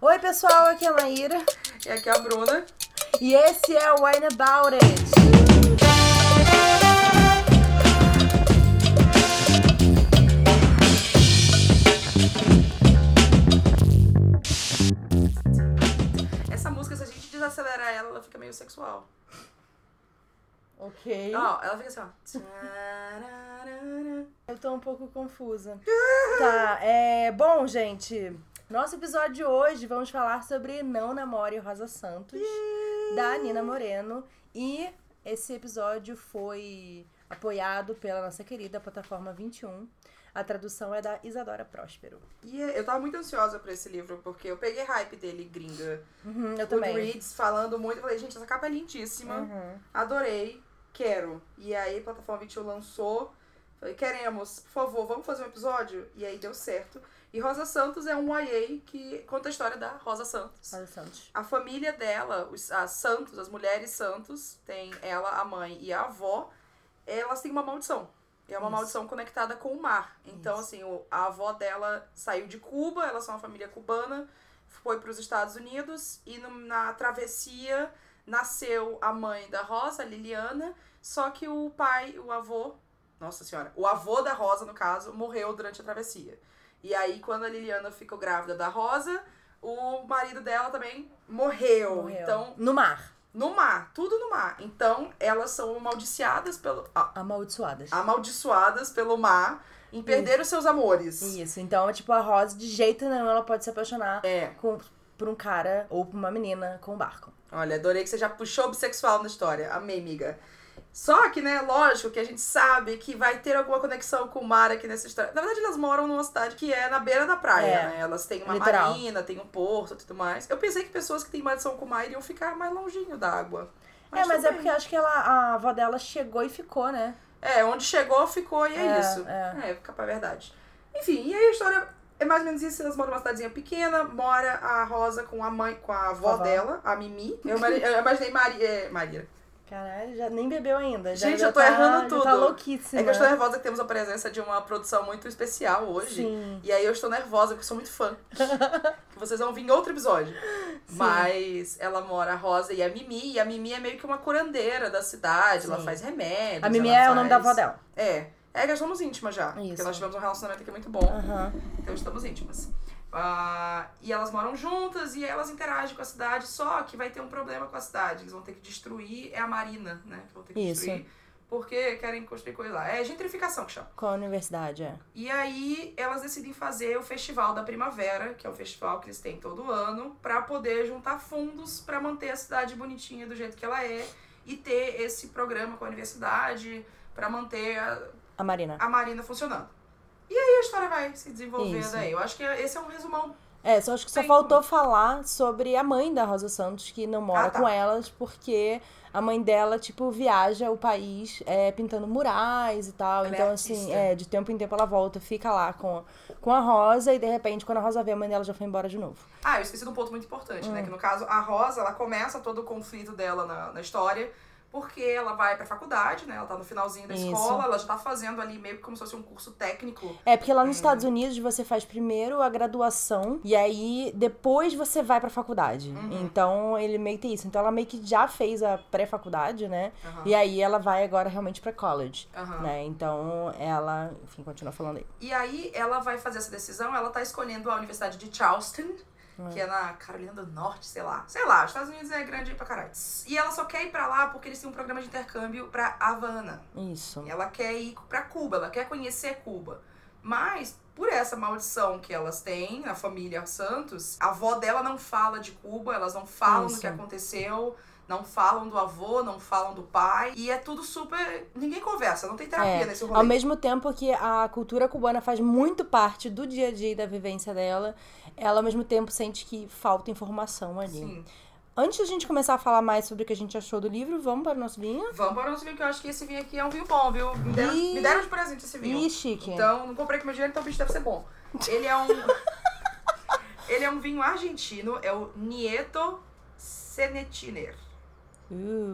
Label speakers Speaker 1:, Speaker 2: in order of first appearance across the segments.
Speaker 1: Oi, pessoal, aqui é a Maíra
Speaker 2: E aqui é a Bruna.
Speaker 1: e esse é o Wine About It.
Speaker 2: Essa música, se a gente desacelerar ela, ela fica meio sexual.
Speaker 1: Ok.
Speaker 2: Ó, ela fica assim, ó. Tchararara.
Speaker 1: Eu tô um pouco confusa. tá, é. Bom, gente, nosso episódio de hoje vamos falar sobre Não Namore Rosa Santos, da Nina Moreno. E esse episódio foi apoiado pela nossa querida plataforma 21. A tradução é da Isadora Próspero.
Speaker 2: E eu tava muito ansiosa pra esse livro, porque eu peguei hype dele, gringa.
Speaker 1: Uhum, eu também.
Speaker 2: Goodreads falando muito. Eu falei, gente, essa capa é lindíssima.
Speaker 1: Uhum.
Speaker 2: Adorei. Quero. E aí a plataforma 21 lançou. Falei, queremos, por favor, vamos fazer um episódio? E aí deu certo. E Rosa Santos é um YA que conta a história da Rosa Santos.
Speaker 1: Rosa Santos.
Speaker 2: A família dela, os, as Santos, as mulheres Santos, tem ela, a mãe e a avó, elas têm uma maldição. E é uma
Speaker 1: Isso.
Speaker 2: maldição conectada com o mar. Então,
Speaker 1: Isso.
Speaker 2: assim, o- a avó dela saiu de Cuba, elas são uma família cubana, foi para os Estados Unidos e no- na travessia nasceu a mãe da Rosa, a Liliana, só que o pai, o avô, nossa senhora, o avô da Rosa, no caso, morreu durante a travessia. E aí, quando a Liliana ficou grávida da Rosa, o marido dela também morreu.
Speaker 1: Morreu.
Speaker 2: Então,
Speaker 1: no mar.
Speaker 2: no mar, tudo no mar. Então, elas são maldiciadas pelo. ah,
Speaker 1: Amaldiçoadas.
Speaker 2: amaldiçoadas pelo mar em perder os seus amores.
Speaker 1: Isso, então, tipo, a Rosa, de jeito nenhum, ela pode se apaixonar
Speaker 2: É,
Speaker 1: com, por um cara ou por uma menina com um barco.
Speaker 2: olha, adorei que você já puxou o bissexual na história. Amei, miga. Só que, né, lógico que a gente sabe que vai ter alguma conexão com o mar aqui nessa história. Na verdade, elas moram numa cidade que é na beira da praia,
Speaker 1: É.
Speaker 2: né? Elas têm uma
Speaker 1: Litoral.
Speaker 2: marina, tem um porto e tudo mais. Eu pensei que pessoas que têm maldição com o mar iriam ficar mais longinho da água.
Speaker 1: é, mas
Speaker 2: tudo
Speaker 1: é
Speaker 2: bem.
Speaker 1: porque eu acho que ela, a avó dela chegou e ficou, né?
Speaker 2: É, onde chegou, ficou e é,
Speaker 1: É,
Speaker 2: isso.
Speaker 1: é.
Speaker 2: É, capa é verdade. Enfim, e aí a história é mais ou menos isso. Elas moram numa cidadezinha pequena, mora a Rosa com a mãe, com a avó
Speaker 1: Avó.
Speaker 2: dela, a Mimi. Eu, imagi- eu imaginei Maria. é, Maria.
Speaker 1: Caralho, já nem bebeu ainda. Já,
Speaker 2: Gente,
Speaker 1: já
Speaker 2: eu tô
Speaker 1: tá-
Speaker 2: errando
Speaker 1: já
Speaker 2: tudo.
Speaker 1: Tá louquíssima.
Speaker 2: É que eu estou nervosa que temos a presença de uma produção muito especial hoje.
Speaker 1: Sim.
Speaker 2: E aí eu estou nervosa, porque eu sou muito fã. que vocês vão vir em outro episódio. Mas ela mora a Rosa e a Mimi. E a Mimi é meio que uma curandeira da cidade. Ela
Speaker 1: Sim.
Speaker 2: faz remédios.
Speaker 1: A Mimi
Speaker 2: ela
Speaker 1: é o nome da
Speaker 2: faz-
Speaker 1: avó dela.
Speaker 2: É. É que nós somos íntimas já.
Speaker 1: Isso.
Speaker 2: Porque nós tivemos um relacionamento aqui muito bom.
Speaker 1: Aham.
Speaker 2: Então estamos íntimas. Ah, e elas moram juntas e elas interagem com a cidade, só que vai ter um problema com a cidade. Eles vão ter que destruir é a marina, né? Que vão ter que
Speaker 1: Isso.
Speaker 2: destruir. Porque querem construir coisa lá. É gentrificação que chama.
Speaker 1: Qual a universidade é?
Speaker 2: E aí elas decidem fazer o Festival da Primavera, que é um festival que eles têm todo ano, pra poder juntar fundos pra manter a cidade bonitinha do jeito que ela é e ter esse programa com a universidade pra manter a-
Speaker 1: A Marina.
Speaker 2: a marina funcionando. E aí a história vai se desenvolvendo
Speaker 1: Isso.
Speaker 2: aí. Eu acho que esse é um resumão.
Speaker 1: É, só acho que só
Speaker 2: Tem
Speaker 1: faltou falar sobre a mãe da Rosa Santos, que não mora
Speaker 2: Ah, tá.
Speaker 1: com elas, porque a mãe dela, tipo, viaja o país é, pintando murais e tal.
Speaker 2: Ela é
Speaker 1: então,
Speaker 2: artista.
Speaker 1: assim, é, de tempo em tempo ela volta, fica lá com, com a Rosa, e de repente, quando a Rosa vê, a mãe dela já foi embora de novo.
Speaker 2: Ah, eu esqueci de um ponto muito importante, né? Que no caso, a Rosa, ela começa todo o conflito dela na, na história, porque ela vai pra faculdade, né? Ela tá no finalzinho da
Speaker 1: Isso.
Speaker 2: escola, ela já tá fazendo ali meio que como se fosse um curso técnico.
Speaker 1: É, porque
Speaker 2: Hum.
Speaker 1: lá nos Estados Unidos você faz primeiro a graduação e aí depois você vai pra faculdade.
Speaker 2: Uhum.
Speaker 1: Então ele meio que tem isso. Então ela meio que já fez a pré-faculdade, né?
Speaker 2: Aham.
Speaker 1: E aí ela vai agora realmente pra college,
Speaker 2: Aham.
Speaker 1: né? Então ela, enfim, continua falando aí.
Speaker 2: E aí ela vai fazer essa decisão, ela tá escolhendo a Universidade de Charleston, que é na Carolina do Norte, sei lá. Sei lá, os Estados Unidos é grande pra caralho. E ela só quer ir pra lá porque eles têm um programa de intercâmbio pra Havana.
Speaker 1: Isso.
Speaker 2: Ela quer ir pra Cuba, ela quer conhecer Cuba. Mas, por essa maldição que elas têm, a família Santos, a avó dela não fala de Cuba, elas não falam
Speaker 1: Isso.
Speaker 2: do que aconteceu, não falam do avô, não falam do pai. E é tudo super. Ninguém conversa, não tem terapia
Speaker 1: É,
Speaker 2: nesse
Speaker 1: Ao
Speaker 2: rolê.
Speaker 1: mesmo tempo que a cultura cubana faz muito parte do dia a dia e da vivência dela, ela ao mesmo tempo sente que falta informação ali.
Speaker 2: Sim.
Speaker 1: Antes da gente começar a falar mais sobre o que a gente achou do livro, vamos para o nosso vinho?
Speaker 2: Vamos para o nosso vinho, que eu acho que esse vinho aqui é um vinho bom, viu? Me deram,
Speaker 1: Ih.
Speaker 2: me deram de presente esse vinho.
Speaker 1: Ih, chique.
Speaker 2: Então, não comprei com meu dinheiro, então o bicho deve ser bom. Ele é um. ele é um vinho argentino, é o Nieto Senetiner.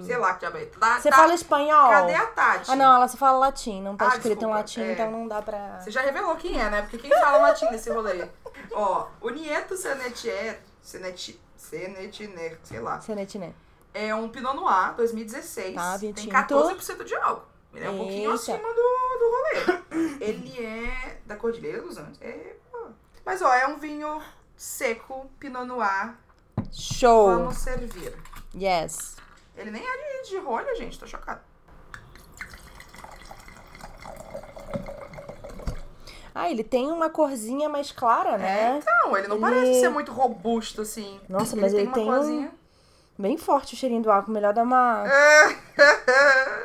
Speaker 2: Sei lá que diabo é. Da-
Speaker 1: Uh. Você
Speaker 2: da-
Speaker 1: fala espanhol?
Speaker 2: Cadê a Tati?
Speaker 1: Ah, não, ela só fala latim. Não tá
Speaker 2: Ah,
Speaker 1: escrito em
Speaker 2: desculpa,
Speaker 1: latim,
Speaker 2: é.
Speaker 1: então não dá pra.
Speaker 2: Você já revelou quem é, né? Porque quem fala latim nesse rolê? Ó, o Nieto Senetier, Seneti, Senetiner, né? sei lá,
Speaker 1: Senetine.
Speaker 2: é um Pinot Noir 2016.
Speaker 1: Tá, vinho
Speaker 2: tem
Speaker 1: tinto.
Speaker 2: 14% de álcool. Ele é um pouquinho
Speaker 1: Eita.
Speaker 2: acima do, do rolê. Ele é da Cordilheira dos Andes. É, pô. Mas, ó, é um vinho seco, Pinot Noir.
Speaker 1: Show!
Speaker 2: Vamos servir.
Speaker 1: Yes.
Speaker 2: Ele nem é de, de rolha, gente. Tô chocada.
Speaker 1: Ah, ele tem uma corzinha mais clara,
Speaker 2: É,
Speaker 1: né?
Speaker 2: então, ele não
Speaker 1: Ele-
Speaker 2: parece ser muito robusto, assim.
Speaker 1: Nossa, mas ele tem um-
Speaker 2: uma cozinha.
Speaker 1: Bem forte o cheirinho do álcool. Melhor dar uma,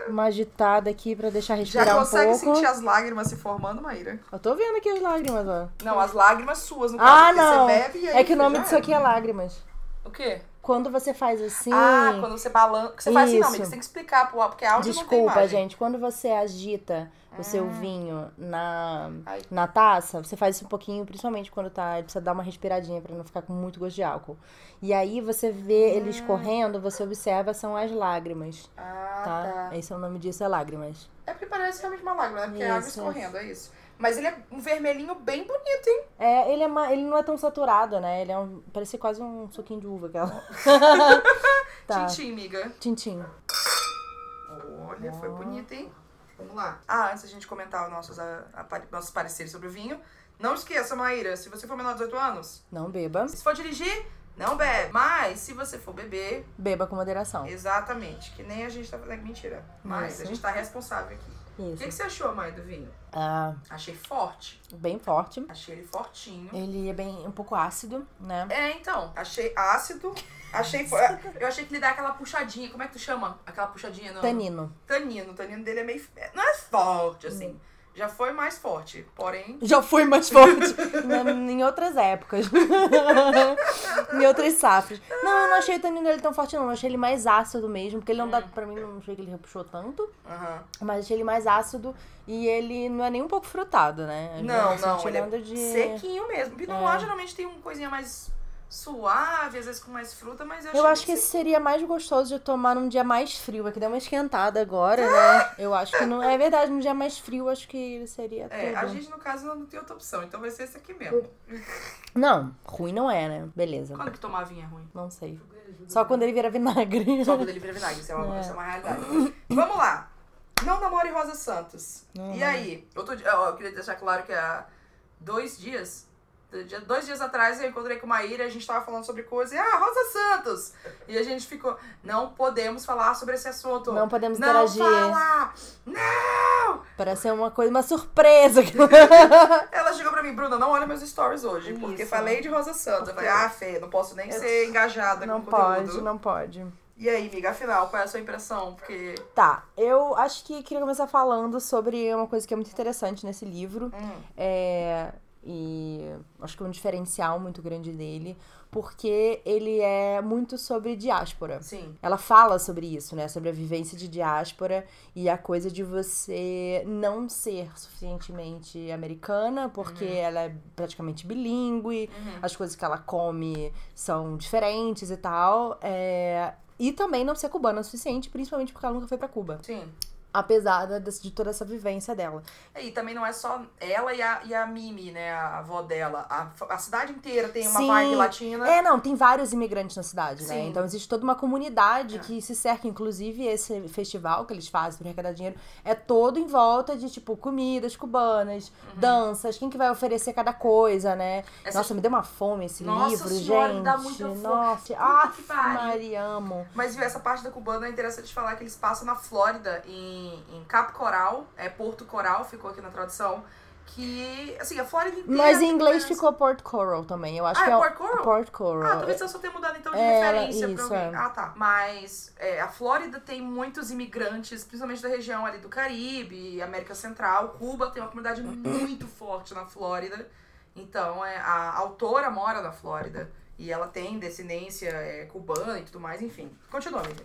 Speaker 1: uma agitada aqui pra deixar
Speaker 2: Já
Speaker 1: respirar um pouco.
Speaker 2: consegue sentir as lágrimas se formando, Maíra?
Speaker 1: Eu tô vendo aqui as lágrimas, ó.
Speaker 2: Não, as lágrimas suas, no caso.
Speaker 1: Ah,
Speaker 2: porque
Speaker 1: não.
Speaker 2: Você bebe e aí
Speaker 1: É que o nome
Speaker 2: já
Speaker 1: disso
Speaker 2: era.
Speaker 1: aqui é lágrimas.
Speaker 2: O quê?
Speaker 1: Quando você faz assim.
Speaker 2: Ah, quando você balança... Você faz assim, não,
Speaker 1: Isso.
Speaker 2: amiga. Você tem que explicar pro porque áudio não
Speaker 1: Desculpa,
Speaker 2: tem
Speaker 1: gente. Quando você agita o seu
Speaker 2: Hum.
Speaker 1: vinho na,
Speaker 2: Ai.
Speaker 1: na taça, você faz isso um pouquinho, principalmente quando tá. Precisa dar uma respiradinha pra não ficar com muito gosto de álcool. E aí você vê ele escorrendo, você observa, são as lágrimas.
Speaker 2: Ah,
Speaker 1: Tá?
Speaker 2: tá.
Speaker 1: Esse é o nome disso, é lágrimas.
Speaker 2: É porque parece realmente uma lágrima, né? Porque é água
Speaker 1: Isso,
Speaker 2: escorrendo, é isso. Mas ele é um vermelhinho bem bonito, hein?
Speaker 1: É, ele, é ma- ele não é tão saturado, né? Ele é um. Parece quase um suquinho de uva, aquela. tá.
Speaker 2: Tintim, miga.
Speaker 1: Tintim.
Speaker 2: Olha, foi bonito, hein? Vamos lá. Ah, antes da gente comentar os nossos, a- a pare- nossos pareceres sobre o vinho, não esqueça, Maíra, se você for menor de 18 anos,
Speaker 1: Não beba.
Speaker 2: se for dirigir, não bebe. Mas se você for beber,
Speaker 1: Beba com moderação.
Speaker 2: Exatamente, que nem a gente tá fazendo. Mentira. Mas
Speaker 1: Isso.
Speaker 2: a gente tá responsável aqui. O que,
Speaker 1: Isso.
Speaker 2: que você achou, mãe, do vinho?
Speaker 1: Ah,
Speaker 2: Achei forte.
Speaker 1: bem forte.
Speaker 2: Achei ele fortinho.
Speaker 1: Ele é bem um pouco ácido, né?
Speaker 2: É, então. Achei ácido. Achei. fo- Eu achei que ele dá aquela puxadinha. Como é que tu chama? Aquela puxadinha no.
Speaker 1: Tanino.
Speaker 2: Tanino. O tanino dele é meio. é, Não é forte, assim.
Speaker 1: Hum.
Speaker 2: Já foi mais forte. Porém.
Speaker 1: Já foi mais forte na- em outras épocas. em outras safras. Não, eu não achei o tanino dele tão forte, não. Eu achei ele mais ácido mesmo, porque ele não
Speaker 2: Hum.
Speaker 1: dá. Pra mim, não achei que ele repuxou tanto.
Speaker 2: Aham.
Speaker 1: Mas achei ele mais ácido e ele não é nem um pouco frutado, né? Eu
Speaker 2: Não,
Speaker 1: senti
Speaker 2: não. Ele é
Speaker 1: nada de...
Speaker 2: sequinho mesmo. Pinot
Speaker 1: É.
Speaker 2: Noir geralmente tem uma coisinha mais suave, às vezes com mais fruta, mas eu achei
Speaker 1: Eu acho que
Speaker 2: bem
Speaker 1: esse seria mais gostoso de tomar num dia mais frio. É que deu uma esquentada agora,
Speaker 2: Ah!
Speaker 1: né? Eu acho que não. É verdade, num dia mais frio, acho que ele seria tudo.
Speaker 2: É, a gente no caso não tem outra opção, então vai ser esse aqui mesmo.
Speaker 1: Não, ruim não é, né? Beleza.
Speaker 2: Quando que tomar vinho é ruim?
Speaker 1: Não sei. Só quando ele vira vinagre.
Speaker 2: Só quando ele vira vinagre, isso é uma, isso é uma realidade. Vamos lá. Não namore Rosa Santos. E aí? Outro dia, ó, eu queria deixar claro que há dois dias. dia- Dois dias atrás eu encontrei com uma Ira, a gente tava falando sobre coisa e ah, Rosa Santos! E a gente ficou, não podemos falar sobre esse assunto.
Speaker 1: Não podemos
Speaker 2: Não
Speaker 1: interagir.
Speaker 2: fala!
Speaker 1: Para ser uma coisa, uma surpresa.
Speaker 2: Ela chegou pra mim, Bruna, não olha meus stories hoje, porque
Speaker 1: Isso.
Speaker 2: falei de Rosa Santos. Eu falei, ah, Fê, não posso nem
Speaker 1: Eu-
Speaker 2: ser engajada
Speaker 1: não
Speaker 2: com o conteúdo.
Speaker 1: pode, não pode.
Speaker 2: E aí, amiga, afinal, qual é a sua impressão? Porque.
Speaker 1: Tá, eu acho que queria começar falando sobre uma coisa que é muito interessante nesse livro. É, e acho que é um diferencial muito grande dele, porque ele é muito sobre diáspora.
Speaker 2: Sim.
Speaker 1: Ela fala sobre isso, né? Sobre a vivência de diáspora e a coisa de você não ser suficientemente americana, porque ela é praticamente bilíngue,
Speaker 2: Uhum.
Speaker 1: as coisas que ela come são diferentes e tal. é, E também não ser cubana o suficiente, principalmente porque ela nunca foi pra Cuba.
Speaker 2: Sim.
Speaker 1: Apesar da- de toda essa vivência dela.
Speaker 2: E também não é só ela e a, e a Mimi, né? A avó dela. A, a cidade inteira tem uma
Speaker 1: Sim.
Speaker 2: vibe latina.
Speaker 1: É, não, tem vários imigrantes na cidade, né?
Speaker 2: Sim.
Speaker 1: Então existe toda uma comunidade
Speaker 2: É.
Speaker 1: que se cerca, inclusive esse festival que eles fazem para arrecadar dinheiro, é todo em volta de, tipo, comidas cubanas, danças, quem que vai oferecer cada coisa, né?
Speaker 2: Uhum. Essa-
Speaker 1: Nossa, me deu uma fome esse
Speaker 2: Nossa
Speaker 1: livro,
Speaker 2: Senhora,
Speaker 1: gente.
Speaker 2: me dá muita fome.
Speaker 1: Nossa,
Speaker 2: Puta
Speaker 1: ah,
Speaker 2: que pariu.
Speaker 1: Maria, amo.
Speaker 2: Mas viu, essa parte da cubana é interessante falar que eles passam na Flórida, em, em Capo Coral, é Porto Coral, ficou aqui na tradução. Que, assim, a Flórida inteira.
Speaker 1: Mas em
Speaker 2: tem
Speaker 1: inglês
Speaker 2: coisas-
Speaker 1: ficou Port Coral também, eu acho
Speaker 2: Ah,
Speaker 1: que
Speaker 2: é
Speaker 1: é
Speaker 2: Port Coral?
Speaker 1: Port Coral.
Speaker 2: Ah, talvez eu só tenha mudado então de
Speaker 1: É, ela-
Speaker 2: referência pra
Speaker 1: isso,
Speaker 2: alguém.
Speaker 1: é.
Speaker 2: Ah, tá. Mas é, a Flórida tem muitos imigrantes, principalmente da região ali do Caribe, América Central, Cuba tem uma comunidade muito forte na Flórida. Então, é, a autora mora na Flórida. E ela tem descendência é, cubana e tudo mais, enfim. Continua, amiga.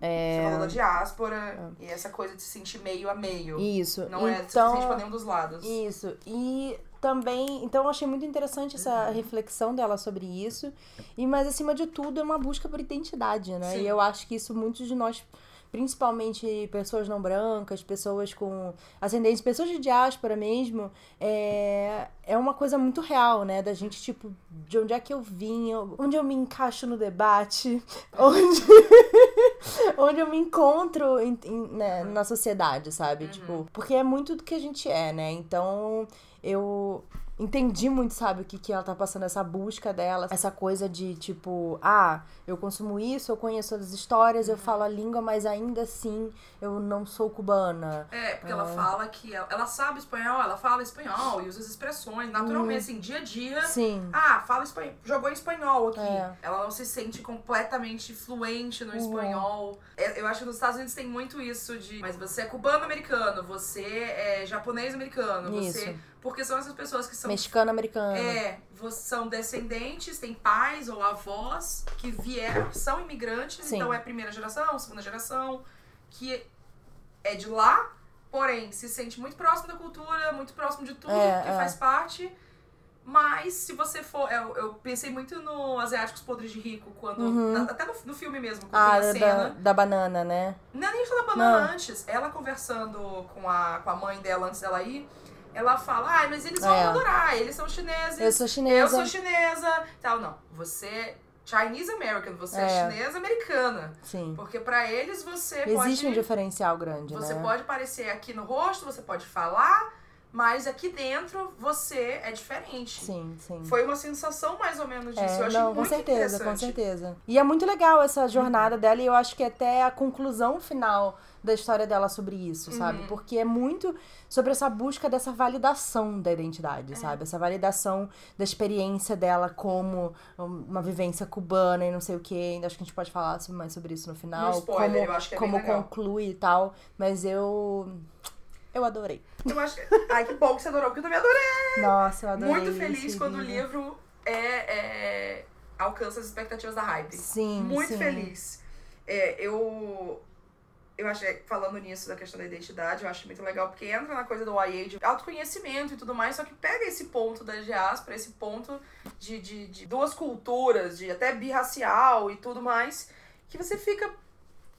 Speaker 1: É.
Speaker 2: Você falou da diáspora e essa coisa de se sentir meio a meio.
Speaker 1: Isso.
Speaker 2: Não é
Speaker 1: então...
Speaker 2: suficiente pra nenhum dos lados.
Speaker 1: Isso. E também. Então eu achei muito interessante essa
Speaker 2: Uhum.
Speaker 1: reflexão dela sobre isso. E mas acima de tudo é uma busca por identidade, né?
Speaker 2: Sim.
Speaker 1: E eu acho que isso muitos de nós principalmente pessoas não brancas, pessoas com ascendência, pessoas de diáspora mesmo, é, é uma coisa muito real, né? Da gente, tipo, de onde é que eu vim, eu- onde eu me encaixo no debate, onde, onde eu me encontro em- em- né, na sociedade, sabe? Tipo, porque é muito do que a gente é, né? Então, eu entendi muito, sabe, o que, que ela tá passando, essa busca dela, essa coisa de, tipo, ah, eu consumo isso, eu conheço as histórias,
Speaker 2: Uhum.
Speaker 1: eu falo a língua, mas ainda assim eu não sou cubana.
Speaker 2: É, porque ela fala que ela, ela sabe espanhol, ela fala espanhol e usa as expressões naturalmente, assim, dia a dia.
Speaker 1: Sim.
Speaker 2: Ah, fala espanhol. Jogou em espanhol aqui.
Speaker 1: É.
Speaker 2: Ela não se sente completamente fluente no
Speaker 1: Uhum.
Speaker 2: espanhol. É, Eu acho que nos Estados Unidos tem muito isso de. Mas você é cubano-americano, você é japonês-americano, você.
Speaker 1: Isso.
Speaker 2: Porque são essas pessoas que são.
Speaker 1: Mexicano-americano.
Speaker 2: É, vo- são descendentes, têm pais ou avós que vieram, são imigrantes,
Speaker 1: Sim.
Speaker 2: então é primeira geração, segunda geração, que é de lá, porém se sente muito próximo da cultura, muito próximo de tudo
Speaker 1: É,
Speaker 2: que
Speaker 1: é.
Speaker 2: faz parte. Mas se você for. Eu, eu pensei muito no Asiáticos Podres de Rico, quando.
Speaker 1: Uhum.
Speaker 2: na- Até no, no filme mesmo, quando
Speaker 1: Ah,
Speaker 2: tem
Speaker 1: da,
Speaker 2: a cena.
Speaker 1: da banana, né?
Speaker 2: Não é nem isso da banana
Speaker 1: Não.
Speaker 2: antes. Ela conversando com a, com a mãe dela antes dela ir, ela fala, ah, mas eles vão
Speaker 1: É.
Speaker 2: adorar, eles são chineses.
Speaker 1: Eu sou chinesa.
Speaker 2: Eu sou chinesa, tal, não. Você é Chinese American, você é,
Speaker 1: É.
Speaker 2: chinesa americana.
Speaker 1: Sim.
Speaker 2: Porque pra eles você
Speaker 1: Existe um
Speaker 2: pode
Speaker 1: diferencial grande,
Speaker 2: você
Speaker 1: né?
Speaker 2: pode parecer aqui no rosto, você pode falar, mas aqui dentro você é diferente.
Speaker 1: Sim, sim.
Speaker 2: Foi uma sensação mais ou menos disso. eu achei
Speaker 1: É, não,
Speaker 2: muito
Speaker 1: com certeza, com
Speaker 2: interessante. Uhum.
Speaker 1: certeza. E é muito legal essa jornada dela e eu acho que até a conclusão final da história dela sobre isso,
Speaker 2: Uhum.
Speaker 1: sabe? Porque é muito sobre essa busca dessa validação da
Speaker 2: É.
Speaker 1: identidade, sabe? Essa validação da experiência dela como um, uma vivência cubana e não sei o que. Ainda acho que a gente pode falar sobre- mais sobre isso no final,
Speaker 2: No spoiler,
Speaker 1: como
Speaker 2: eu acho que é
Speaker 1: como
Speaker 2: bem legal.
Speaker 1: conclui e tal, mas eu eu adorei.
Speaker 2: Eu acho que... Ai, que bom que você adorou, porque eu também adorei.
Speaker 1: Nossa, eu adorei.
Speaker 2: muito feliz
Speaker 1: esse
Speaker 2: quando o
Speaker 1: livro.
Speaker 2: livro é, é, alcança as expectativas da hype.
Speaker 1: Sim,
Speaker 2: muito
Speaker 1: sim.
Speaker 2: feliz. É, eu eu achei, falando nisso da questão da identidade, eu acho muito legal, porque entra na coisa do YA de autoconhecimento e tudo mais, só que pega esse ponto da diáspora, esse ponto de, de, de duas culturas, de até birracial e tudo mais, que você fica,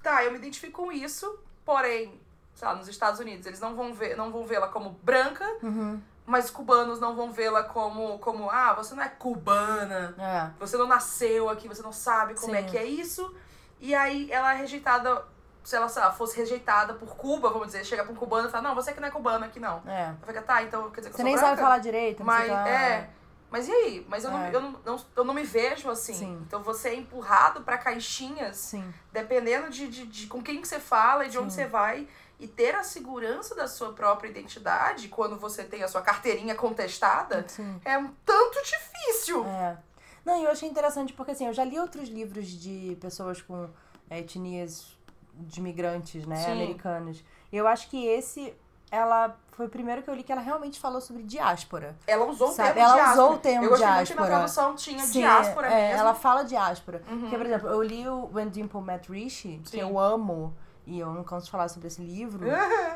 Speaker 2: tá, eu me identifico com isso, porém, sei lá, nos Estados Unidos, eles não vão ver, não vão vê-la como branca,
Speaker 1: Uhum.
Speaker 2: mas cubanos não vão vê-la como, como, ah, você não é cubana,
Speaker 1: É.
Speaker 2: você não nasceu aqui, você não sabe como
Speaker 1: Sim.
Speaker 2: é que é isso. E aí ela é rejeitada, se ela sei lá, fosse rejeitada por Cuba, vamos dizer, chega pra um cubano e fala, não, você que não é cubano aqui não.
Speaker 1: É.
Speaker 2: Ela fica, tá, então quer dizer que
Speaker 1: Você
Speaker 2: eu sou
Speaker 1: nem
Speaker 2: branca?
Speaker 1: sabe falar direito, não sei
Speaker 2: Mas,
Speaker 1: o que lá.
Speaker 2: é, mas e aí? Mas eu, não,
Speaker 1: É.
Speaker 2: eu, não, não- eu não me vejo assim.
Speaker 1: Sim.
Speaker 2: Então você é empurrado pra caixinhas
Speaker 1: Sim,
Speaker 2: dependendo de, de, de com quem que você fala e de onde
Speaker 1: Sim.
Speaker 2: você vai, e ter a segurança da sua própria identidade quando você tem a sua carteirinha contestada,
Speaker 1: sim.
Speaker 2: é um tanto difícil.
Speaker 1: É. Não, e eu achei interessante porque assim, eu já li outros livros de pessoas com é, etnias de imigrantes, né,
Speaker 2: Sim.
Speaker 1: americanos. E eu acho que esse ela foi o primeiro que eu li que ela realmente falou sobre diáspora.
Speaker 2: Ela usou o
Speaker 1: Sabe,
Speaker 2: termo
Speaker 1: ela
Speaker 2: diáspora.
Speaker 1: usou o termo
Speaker 2: Eu gostei muito que na
Speaker 1: diáspora.
Speaker 2: tradução tinha
Speaker 1: Sim,
Speaker 2: diáspora
Speaker 1: é,
Speaker 2: mesmo.
Speaker 1: Ela fala diáspora.
Speaker 2: Uhum.
Speaker 1: Porque, por exemplo, eu li o When Dimple Met Rishi, que
Speaker 2: Sim.
Speaker 1: eu amo, e eu não canso de falar sobre esse livro,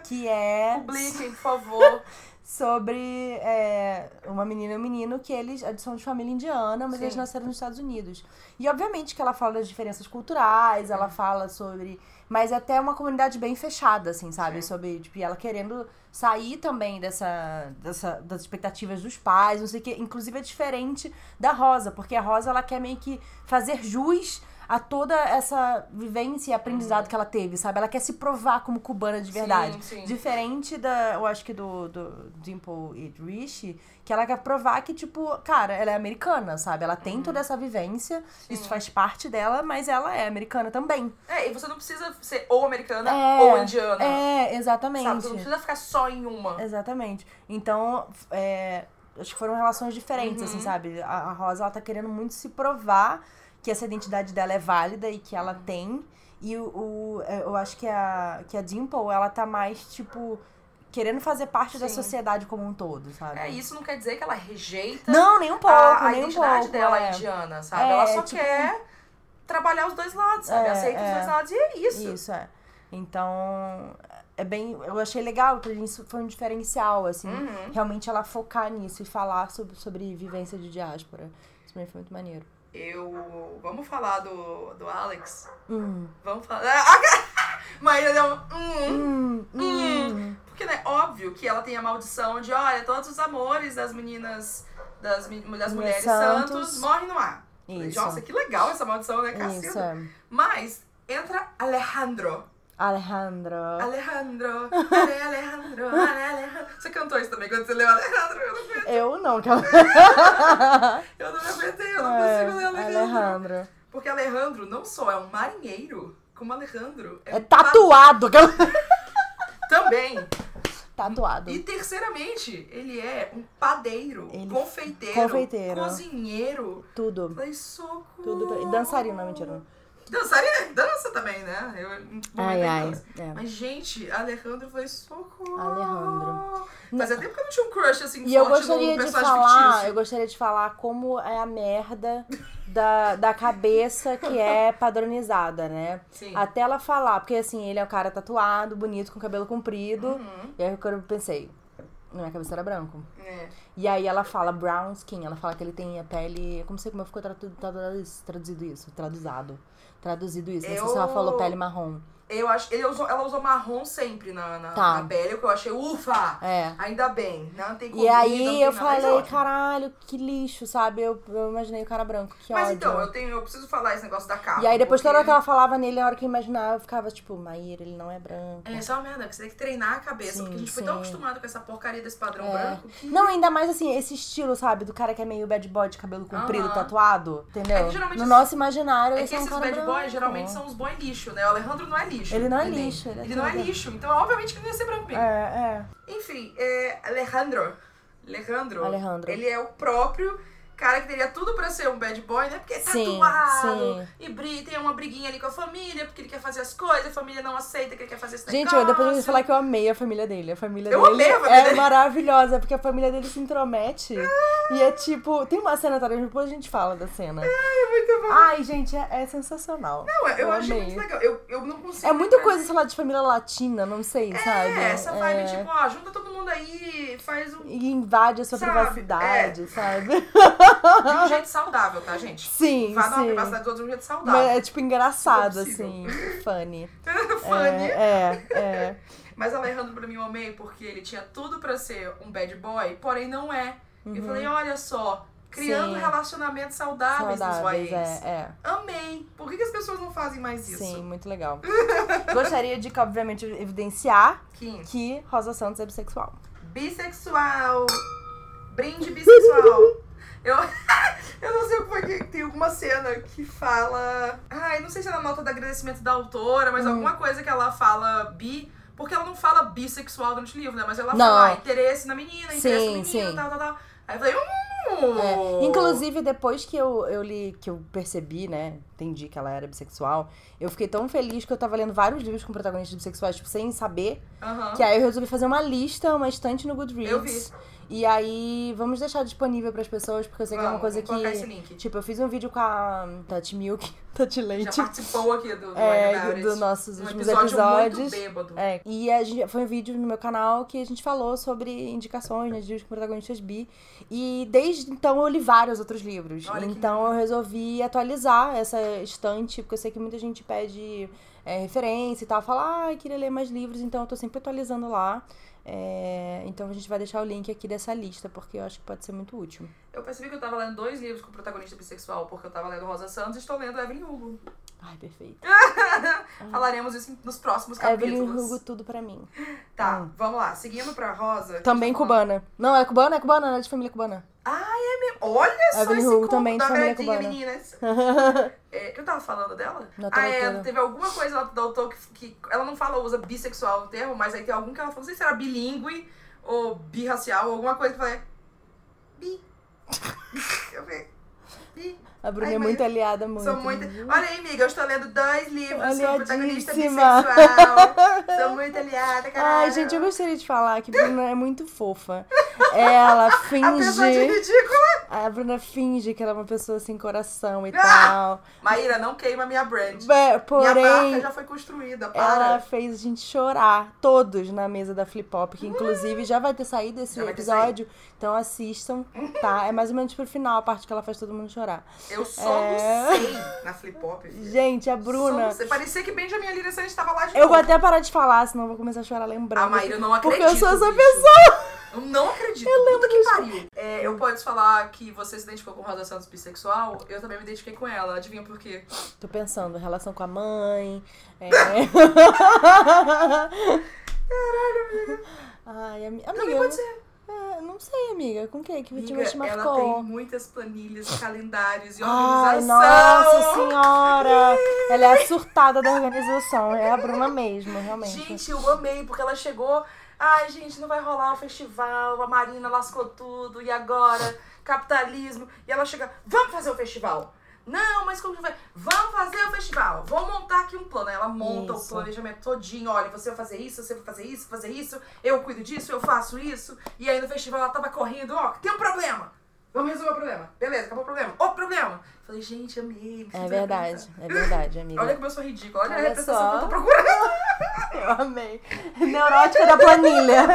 Speaker 1: que é
Speaker 2: Publiquem, por favor.
Speaker 1: sobre é, uma menina e um menino que eles eles são de família indiana, mas
Speaker 2: Sim.
Speaker 1: eles nasceram nos Estados Unidos. E obviamente que ela fala das diferenças culturais, ela fala sobre. Mas é até uma comunidade bem fechada, assim, sabe?
Speaker 2: Sim.
Speaker 1: Sobre, tipo, e ela querendo sair também dessa, dessa. das expectativas dos pais, não sei o quê. Inclusive é diferente da Rosa, porque a Rosa ela quer meio que fazer jus a toda essa vivência e aprendizado que ela teve, sabe? Ela quer se provar como cubana de verdade.
Speaker 2: Uhum. Sim, sim.
Speaker 1: Diferente da, eu acho que do, do Dimple e Rishi, que ela quer provar que, tipo, cara, ela é americana, sabe? Ela
Speaker 2: Uhum.
Speaker 1: tem toda essa vivência, isso faz parte dela, mas ela é americana também.
Speaker 2: É, e você não precisa ser ou americana
Speaker 1: É,
Speaker 2: ou indiana.
Speaker 1: É,
Speaker 2: Sabe? um Você não
Speaker 1: exatamente.
Speaker 2: precisa ficar só em uma. É,
Speaker 1: Exatamente. Então, é, acho que foram relações diferentes,
Speaker 2: Uhum.
Speaker 1: assim, sabe? A, a Rosa, ela tá querendo muito se provar que essa identidade dela é válida e que ela
Speaker 2: Uhum.
Speaker 1: tem. E o, o- é, eu acho que a, que a Dimple, ela tá mais, tipo, querendo fazer parte da
Speaker 2: Sim.
Speaker 1: sociedade como um todo, sabe?
Speaker 2: É, isso não quer dizer que ela rejeita
Speaker 1: Não, nem um pouco,
Speaker 2: a, a
Speaker 1: nem um
Speaker 2: identidade
Speaker 1: pouco.
Speaker 2: dela
Speaker 1: é.
Speaker 2: indiana, sabe?
Speaker 1: É,
Speaker 2: ela só
Speaker 1: tipo-
Speaker 2: quer trabalhar os dois lados, sabe?
Speaker 1: É,
Speaker 2: Aceita os
Speaker 1: é.
Speaker 2: dois lados e é isso.
Speaker 1: Isso, é. Então, é bem. Eu achei legal, pra gente isso foi um diferencial, assim.
Speaker 2: Uhum.
Speaker 1: Realmente ela focar nisso e falar sobre, sobre vivência de diáspora. Isso também foi muito maneiro.
Speaker 2: Eu. Vamos falar do, do Alex?
Speaker 1: Hum.
Speaker 2: Vamos falar. Ah, Maíra deu um. hum.
Speaker 1: Hum, hum.
Speaker 2: Porque, né, óbvio que ela tem a maldição de, olha, todos os amores das meninas, das, mi- das
Speaker 1: Mulheres
Speaker 2: mulheres santos,
Speaker 1: santos.
Speaker 2: morrem no ar.
Speaker 1: Isso.
Speaker 2: Nossa, que legal essa maldição, né,
Speaker 1: Isso. é.
Speaker 2: caceta? Mas entra Alejandro.
Speaker 1: Alejandro.
Speaker 2: Alejandro, Ale- Alejandro, Ale- Alejandro. Você cantou isso também quando você leu Alejandro? Eu não,
Speaker 1: Eu não, calma.
Speaker 2: eu não me aguentei, eu não
Speaker 1: É,
Speaker 2: consigo ler Alejandro.
Speaker 1: Alejandro.
Speaker 2: Porque Alejandro não só é um marinheiro, como Alejandro
Speaker 1: É
Speaker 2: tatu
Speaker 1: tatuado. calma.
Speaker 2: também.
Speaker 1: Tatuado.
Speaker 2: E terceiramente, ele é um padeiro,
Speaker 1: Ele-
Speaker 2: confeiteiro,
Speaker 1: confeiteiro.
Speaker 2: cozinheiro.
Speaker 1: Tudo.
Speaker 2: Falei, socorro.
Speaker 1: Tudo. pra- E dançarino, não, mentira. não.
Speaker 2: Dançarina dança também, né? Eu, em momento
Speaker 1: Ai,
Speaker 2: eu
Speaker 1: ai.
Speaker 2: danço.
Speaker 1: é.
Speaker 2: Mas, gente, Alejandro, eu falei, socorro.
Speaker 1: Alejandro.
Speaker 2: Fazia tempo que eu não tinha um crush assim
Speaker 1: E
Speaker 2: forte
Speaker 1: eu gostaria
Speaker 2: num
Speaker 1: de
Speaker 2: personagem
Speaker 1: falar,
Speaker 2: fictício.
Speaker 1: eu gostaria de falar como é a merda da, da cabeça que é padronizada, né?
Speaker 2: Sim.
Speaker 1: Até ela falar, porque assim, ele é um cara tatuado, bonito, com cabelo comprido.
Speaker 2: Uhum.
Speaker 1: E aí eu pensei, na minha cabeça era branco.
Speaker 2: É.
Speaker 1: E aí ela fala brown skin, ela fala que ele tem a pele. Eu não sei como ficou tradu- tradu- isso- traduzido isso, traduzado. Traduzido isso. Não sei se ela
Speaker 2: Eu-
Speaker 1: falou pele marrom.
Speaker 2: Eu acho, ele usou, ela usou marrom sempre na, na,
Speaker 1: Tá.
Speaker 2: na pele, o que eu achei, ufa!
Speaker 1: É.
Speaker 2: Ainda bem, né? não tem
Speaker 1: E
Speaker 2: comida, não
Speaker 1: aí
Speaker 2: tem
Speaker 1: eu
Speaker 2: nada, mas
Speaker 1: falei,
Speaker 2: ótimo.
Speaker 1: caralho, que lixo, sabe? Eu, eu imaginei o cara branco, que
Speaker 2: Mas
Speaker 1: ódio.
Speaker 2: então, eu, tenho, eu preciso falar esse negócio da capa.
Speaker 1: E aí depois toda hora
Speaker 2: porque-
Speaker 1: que ela falava nele, a hora que eu imaginava, eu ficava tipo, Maíra, ele não é branco.
Speaker 2: É, isso é uma merda, que você tem que treinar a cabeça,
Speaker 1: Sim,
Speaker 2: porque a gente foi
Speaker 1: sim.
Speaker 2: tão acostumado com essa porcaria desse padrão
Speaker 1: É.
Speaker 2: branco que.
Speaker 1: Não, ainda mais assim, esse estilo, sabe? Do cara que é meio bad boy, de cabelo comprido,
Speaker 2: Aham.
Speaker 1: tatuado, entendeu?
Speaker 2: É que geralmente
Speaker 1: no
Speaker 2: os-
Speaker 1: nosso imaginário,
Speaker 2: É
Speaker 1: esse
Speaker 2: que
Speaker 1: é um
Speaker 2: esses
Speaker 1: cara
Speaker 2: bad
Speaker 1: branco.
Speaker 2: boys geralmente são os boy lixo, né? O Alejandro não é lixo.
Speaker 1: Ele não é
Speaker 2: entendeu?
Speaker 1: lixo, ele é
Speaker 2: Ele, não é
Speaker 1: tudo.
Speaker 2: lixo, então obviamente que ele não ia ser branco mesmo.
Speaker 1: É,
Speaker 2: Enfim, é Alejandro. Alejandro.
Speaker 1: é. Alejandro.
Speaker 2: Ele é o próprio cara que teria tudo pra ser um bad boy, né? Porque é
Speaker 1: Sim,
Speaker 2: tatuado.
Speaker 1: sim.
Speaker 2: E bri- tem uma briguinha ali com a família, porque ele quer fazer as coisas, a família não aceita que ele quer fazer esse
Speaker 1: Gente,
Speaker 2: negócio.
Speaker 1: eu, depois eu vou falar que eu amei a família dele. A família
Speaker 2: É Eu
Speaker 1: dele
Speaker 2: amei a família
Speaker 1: é
Speaker 2: dele.
Speaker 1: maravilhosa, porque a família dele se intromete. e é tipo, tem uma cena, tá? Depois a gente fala da cena.
Speaker 2: muito bom.
Speaker 1: Ai, gente, é, é sensacional.
Speaker 2: Não, eu,
Speaker 1: Eu
Speaker 2: achei
Speaker 1: amei.
Speaker 2: muito legal. Eu, eu não consigo.
Speaker 1: é muita
Speaker 2: lembrar-
Speaker 1: coisa, sei lá, de família latina, não sei, sabe?
Speaker 2: É, essa vibe,
Speaker 1: É.
Speaker 2: tipo, ó, junta todo mundo aí, faz um.
Speaker 1: E invade a sua
Speaker 2: Sabe? é.
Speaker 1: privacidade, sabe?
Speaker 2: De um jeito saudável, tá, gente?
Speaker 1: Sim,
Speaker 2: Vá dar uma
Speaker 1: sim.
Speaker 2: privacidade do outro de um jeito
Speaker 1: Mas
Speaker 2: saudável.
Speaker 1: é tipo engraçado,
Speaker 2: Se for
Speaker 1: assim. Funny.
Speaker 2: Funny.
Speaker 1: É, é, é.
Speaker 2: Mas Alejandro pra mim eu amei porque ele tinha tudo pra ser um bad boy, porém não é. E eu
Speaker 1: Uhum.
Speaker 2: falei, olha só, criando
Speaker 1: Sim.
Speaker 2: relacionamentos saudáveis,
Speaker 1: Saudáveis,
Speaker 2: dos boys.
Speaker 1: é, é.
Speaker 2: Amei. Por que, que as pessoas não fazem mais isso?
Speaker 1: Sim, muito legal. Gostaria de, obviamente, evidenciar
Speaker 2: Kim,
Speaker 1: que Rosa Santos é bissexual.
Speaker 2: bissexual. Brinde bissexual. Eu, eu não sei o que foi que tem alguma cena que fala. Ai, não sei se é na nota de agradecimento da autora, mas
Speaker 1: Hum.
Speaker 2: alguma coisa que ela fala bi. Porque ela não fala bissexual durante o livro, né? Mas ela
Speaker 1: Não.
Speaker 2: fala ah, interesse na menina, interesse no
Speaker 1: Sim,
Speaker 2: menino,
Speaker 1: sim.
Speaker 2: tal, tal, tal. Aí eu falei, hum.
Speaker 1: É, Inclusive, depois que eu, eu li, que eu percebi, né? Entendi que ela era bissexual, eu fiquei tão feliz que eu tava lendo vários livros com protagonistas bissexuais, tipo, sem saber.
Speaker 2: Aham.
Speaker 1: Que aí eu resolvi fazer uma lista, uma estante no Goodreads.
Speaker 2: Eu vi.
Speaker 1: E aí, vamos deixar disponível pras pessoas, porque eu sei que é uma
Speaker 2: Vamos,
Speaker 1: coisa
Speaker 2: vou colocar esse
Speaker 1: que.
Speaker 2: link.
Speaker 1: Tipo, eu fiz um vídeo com a Tati Milk, Tati
Speaker 2: Já
Speaker 1: Leite,
Speaker 2: participou aqui do, do
Speaker 1: é,
Speaker 2: Wine Diaries.
Speaker 1: dos nossos
Speaker 2: um
Speaker 1: últimos
Speaker 2: episódio muito
Speaker 1: episódios.
Speaker 2: bêbado.
Speaker 1: É, e a gente- foi um vídeo no meu canal que a gente falou sobre indicações, né, de livros com protagonistas bi. E desde então eu li vários outros livros.
Speaker 2: Olha que
Speaker 1: então eu resolvi atualizar essa estante, porque eu sei que muita gente pede é, referência e tal, fala, ah, queria ler mais livros, então eu tô sempre atualizando lá. É, então a gente vai deixar o link aqui dessa lista, porque eu acho que pode ser muito útil.
Speaker 2: Eu percebi que eu tava lendo dois livros com protagonista bissexual, porque eu tava lendo Rosa Santos e estou lendo Evelyn Hugo. Hum.
Speaker 1: Ai, perfeito.
Speaker 2: Falaremos isso em- nos próximos capítulos.
Speaker 1: Evelyn Hugo, tudo pra mim.
Speaker 2: Tá,
Speaker 1: Hum.
Speaker 2: vamos lá. Seguindo pra Rosa.
Speaker 1: Também cubana. Não, ela é cubana? É cubana, ela é de família cubana.
Speaker 2: Olha só
Speaker 1: Evelyn
Speaker 2: esse
Speaker 1: Hugo
Speaker 2: combo
Speaker 1: também,
Speaker 2: da
Speaker 1: de família
Speaker 2: Gradinha,
Speaker 1: cubana.
Speaker 2: meninas. É, que eu tava falando dela?
Speaker 1: Não, tá
Speaker 2: ah, é,
Speaker 1: loucura.
Speaker 2: teve alguma coisa lá do autor que, que ela não fala, usa bissexual o termo, mas aí tem algum que ela falou, não sei se era bilíngue ou birracial, alguma coisa que eu falei, bi. eu falei, bi.
Speaker 1: A Bruna
Speaker 2: Ai,
Speaker 1: é
Speaker 2: mas
Speaker 1: muito aliada, muito.
Speaker 2: Sou muito... Olha aí, amiga, eu estou lendo dois livros sobre protagonista
Speaker 1: Aliadíssima.
Speaker 2: bissexual. Sou muito aliada, caralho.
Speaker 1: Ai, gente, eu gostaria de falar que Bruna é muito fofa. Ela
Speaker 2: Apesar de
Speaker 1: finge.
Speaker 2: ridículo.
Speaker 1: A Bruna finge que ela é uma pessoa sem coração e tal.
Speaker 2: Maíra, não queima Ah! minha brand.
Speaker 1: Be-
Speaker 2: Minha
Speaker 1: Porém,
Speaker 2: marca já foi construída,
Speaker 1: ela
Speaker 2: para.
Speaker 1: fez a gente chorar, todos na mesa da Flip Hop, que inclusive já vai ter saído esse
Speaker 2: Já vai ter
Speaker 1: episódio, então assistam, tá? É mais ou menos pro final, a parte que ela faz todo mundo chorar.
Speaker 2: Eu solucei na flip pop.
Speaker 1: Gente, a é. Bruna,
Speaker 2: Solucei. Parecia que Benjamin Lira estava lá de
Speaker 1: eu vou
Speaker 2: novo.
Speaker 1: até parar de falar, senão eu vou começar a chorar lembrando.
Speaker 2: A Maíra, eu não
Speaker 1: Porque
Speaker 2: acredito.
Speaker 1: eu sou essa
Speaker 2: bicho.
Speaker 1: pessoa.
Speaker 2: Eu não acredito. Eu Puta que pariu. É, eu posso falar que você se identificou com Rosa Santos bissexual. Eu também me identifiquei com ela. Adivinha por quê?
Speaker 1: Tô pensando, relação com a mãe. É... Ai, ami- amiga.
Speaker 2: Também pode ser.
Speaker 1: é, não sei, amiga. Com quem? Que
Speaker 2: Amiga,
Speaker 1: motivo te
Speaker 2: ela tem
Speaker 1: marcou?
Speaker 2: muitas planilhas, calendários e
Speaker 1: Ai,
Speaker 2: organização.
Speaker 1: nossa senhora! Ela é a surtada da organização. É a Bruna mesmo, realmente.
Speaker 2: Gente, eu amei, porque ela chegou. Ai, gente, não vai rolar o festival, a Marina lascou tudo, e agora? Capitalismo. E ela chega, vamos fazer o festival. Não, mas como que vai? Vamos fazer o festival. Vou montar aqui um plano. Aí Ela monta
Speaker 1: Isso.
Speaker 2: o planejamento todinho. Olha, você vai fazer isso, você vai fazer isso, fazer isso. Eu cuido disso, eu faço isso. E aí no festival ela tava correndo. Ó, tem um problema. Vamos resolver o problema. Beleza, acabou o problema. Outro problema. Falei, gente, amei. me
Speaker 1: É
Speaker 2: sinto
Speaker 1: verdade, é verdade, amiga.
Speaker 2: representada. Olha como eu sou ridícula. Olha, a
Speaker 1: Olha
Speaker 2: representação
Speaker 1: só.
Speaker 2: que eu tô procurando.
Speaker 1: eu amei. Neurótica da planilha.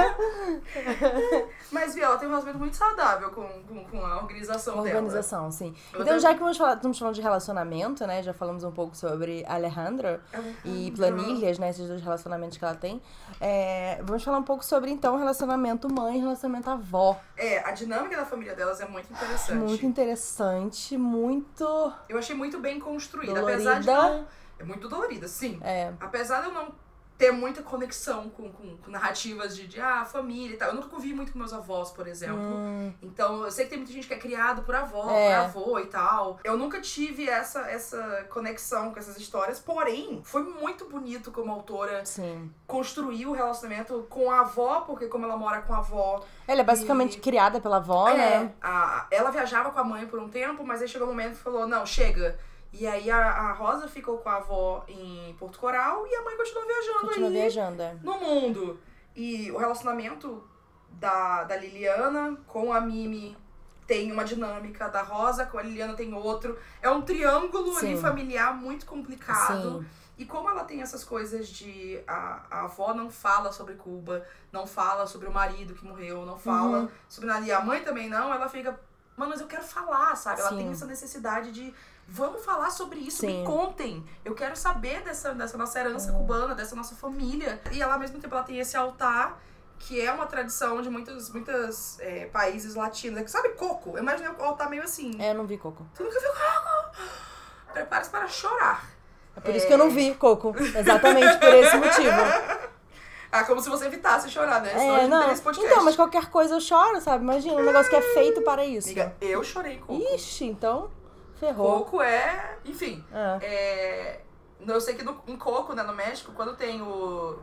Speaker 2: Mas, Vi, ela tem um relacionamento muito saudável com, com, com a organização, dela.
Speaker 1: Organização, sim.
Speaker 2: Eu
Speaker 1: Então,
Speaker 2: tô-
Speaker 1: já que vamos falar, estamos falando de relacionamento, né? Já falamos um pouco sobre Alejandra
Speaker 2: É Uhum.
Speaker 1: e planilhas, né? Esses dois relacionamentos que ela tem. É, vamos falar um pouco sobre, então, relacionamento mãe e relacionamento avó.
Speaker 2: É, a dinâmica da família delas é muito interessante.
Speaker 1: Muito interessante, muito.
Speaker 2: Eu achei muito bem construída.
Speaker 1: Dolorida.
Speaker 2: Apesar de não... É muito dolorida, sim.
Speaker 1: É.
Speaker 2: Apesar de eu não ter muita conexão com, com, com narrativas de, de, ah, família e tal. Eu nunca convivi muito com meus avós, por exemplo.
Speaker 1: hum,
Speaker 2: Então, eu sei que tem muita gente que é criado por avó,
Speaker 1: É.
Speaker 2: por avô e tal. Eu nunca tive essa, essa conexão com essas histórias. Porém, foi muito bonito como autora
Speaker 1: sim.
Speaker 2: construir o relacionamento com a avó, porque como ela mora com a avó,
Speaker 1: Ela é basicamente
Speaker 2: E-
Speaker 1: criada pela avó,
Speaker 2: é,
Speaker 1: né?
Speaker 2: a- ela viajava com a mãe por um tempo, mas aí chegou um momento que falou, não, chega. E aí a, a Rosa ficou com a avó em Porto Coral e a mãe continuou viajando
Speaker 1: Continua
Speaker 2: aí
Speaker 1: viajando, é.
Speaker 2: no mundo. E o relacionamento da, da Liliana com a Mimi tem uma dinâmica da Rosa, com a Liliana tem outro. É um triângulo ali
Speaker 1: Sim.
Speaker 2: familiar muito complicado.
Speaker 1: Sim.
Speaker 2: E como ela tem essas coisas de a, a avó não fala sobre Cuba, não fala sobre o marido que morreu, não fala
Speaker 1: Uhum.
Speaker 2: sobre nada, e a mãe também não, ela fica, mano, mas eu quero falar, sabe? Ela
Speaker 1: Sim.
Speaker 2: tem essa necessidade de vamos falar sobre isso,
Speaker 1: Sim. Uhum.
Speaker 2: me contem. Eu quero saber dessa, dessa nossa herança cubana, dessa nossa família. E ela, ao mesmo tempo, ela tem esse altar que é uma tradição de muitos, muitos é, países latinos. Sabe coco? Eu imaginei o altar meio assim.
Speaker 1: É, eu não vi Coco.
Speaker 2: Prepare-se para chorar.
Speaker 1: É por isso que eu não vi Coco. Exatamente por esse motivo.
Speaker 2: Ah, como se você evitasse chorar, né? Senão a
Speaker 1: É,
Speaker 2: gente não
Speaker 1: não.
Speaker 2: teria esse podcast.
Speaker 1: Então, mas qualquer coisa eu choro, sabe? Imagina, um negócio que é feito para isso.
Speaker 2: Amiga, eu chorei com coco.
Speaker 1: Ixi, então, ferrou.
Speaker 2: Coco é... Enfim,
Speaker 1: É.
Speaker 2: é... Eu sei que no, em Coco, né, no México, quando tem o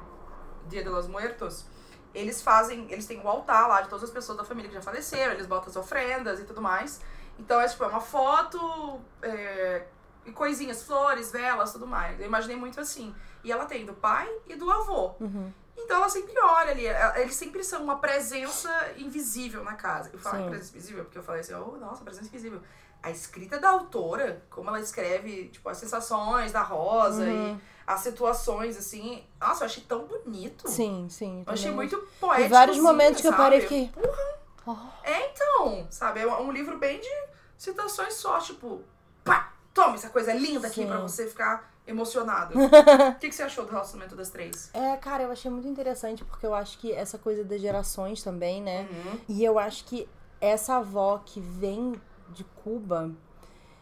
Speaker 2: Dia de los Muertos, eles fazem... Eles têm o altar lá de todas as pessoas da família que já faleceram. Eles botam as ofrendas e tudo mais. Então, é tipo, é uma foto... é, E coisinhas, flores, velas, tudo mais. Eu imaginei muito assim. E ela tem do pai e do avô.
Speaker 1: Uhum.
Speaker 2: Então ela sempre olha ali, ela- eles sempre são uma presença invisível na casa. Eu falo
Speaker 1: Sim.
Speaker 2: em presença invisível porque eu falei assim, oh, nossa, presença invisível. A escrita da autora, como ela escreve, tipo, as sensações da Rosa
Speaker 1: Uhum.
Speaker 2: e as situações, assim. Nossa, eu achei tão bonito.
Speaker 1: Sim, sim.
Speaker 2: Eu achei
Speaker 1: também.
Speaker 2: muito
Speaker 1: Em
Speaker 2: poético.
Speaker 1: vários
Speaker 2: assim,
Speaker 1: momentos que eu parei
Speaker 2: aqui.
Speaker 1: que.
Speaker 2: Então, sabe, é um livro bem de citações só, tipo, pá, toma essa coisa é linda aqui
Speaker 1: Sim.
Speaker 2: pra você ficar emocionado. O que, que você achou do relacionamento das três?
Speaker 1: É, cara, eu achei muito interessante porque eu acho que essa coisa das gerações também, né?
Speaker 2: Uhum.
Speaker 1: E eu acho que essa avó que vem de Cuba,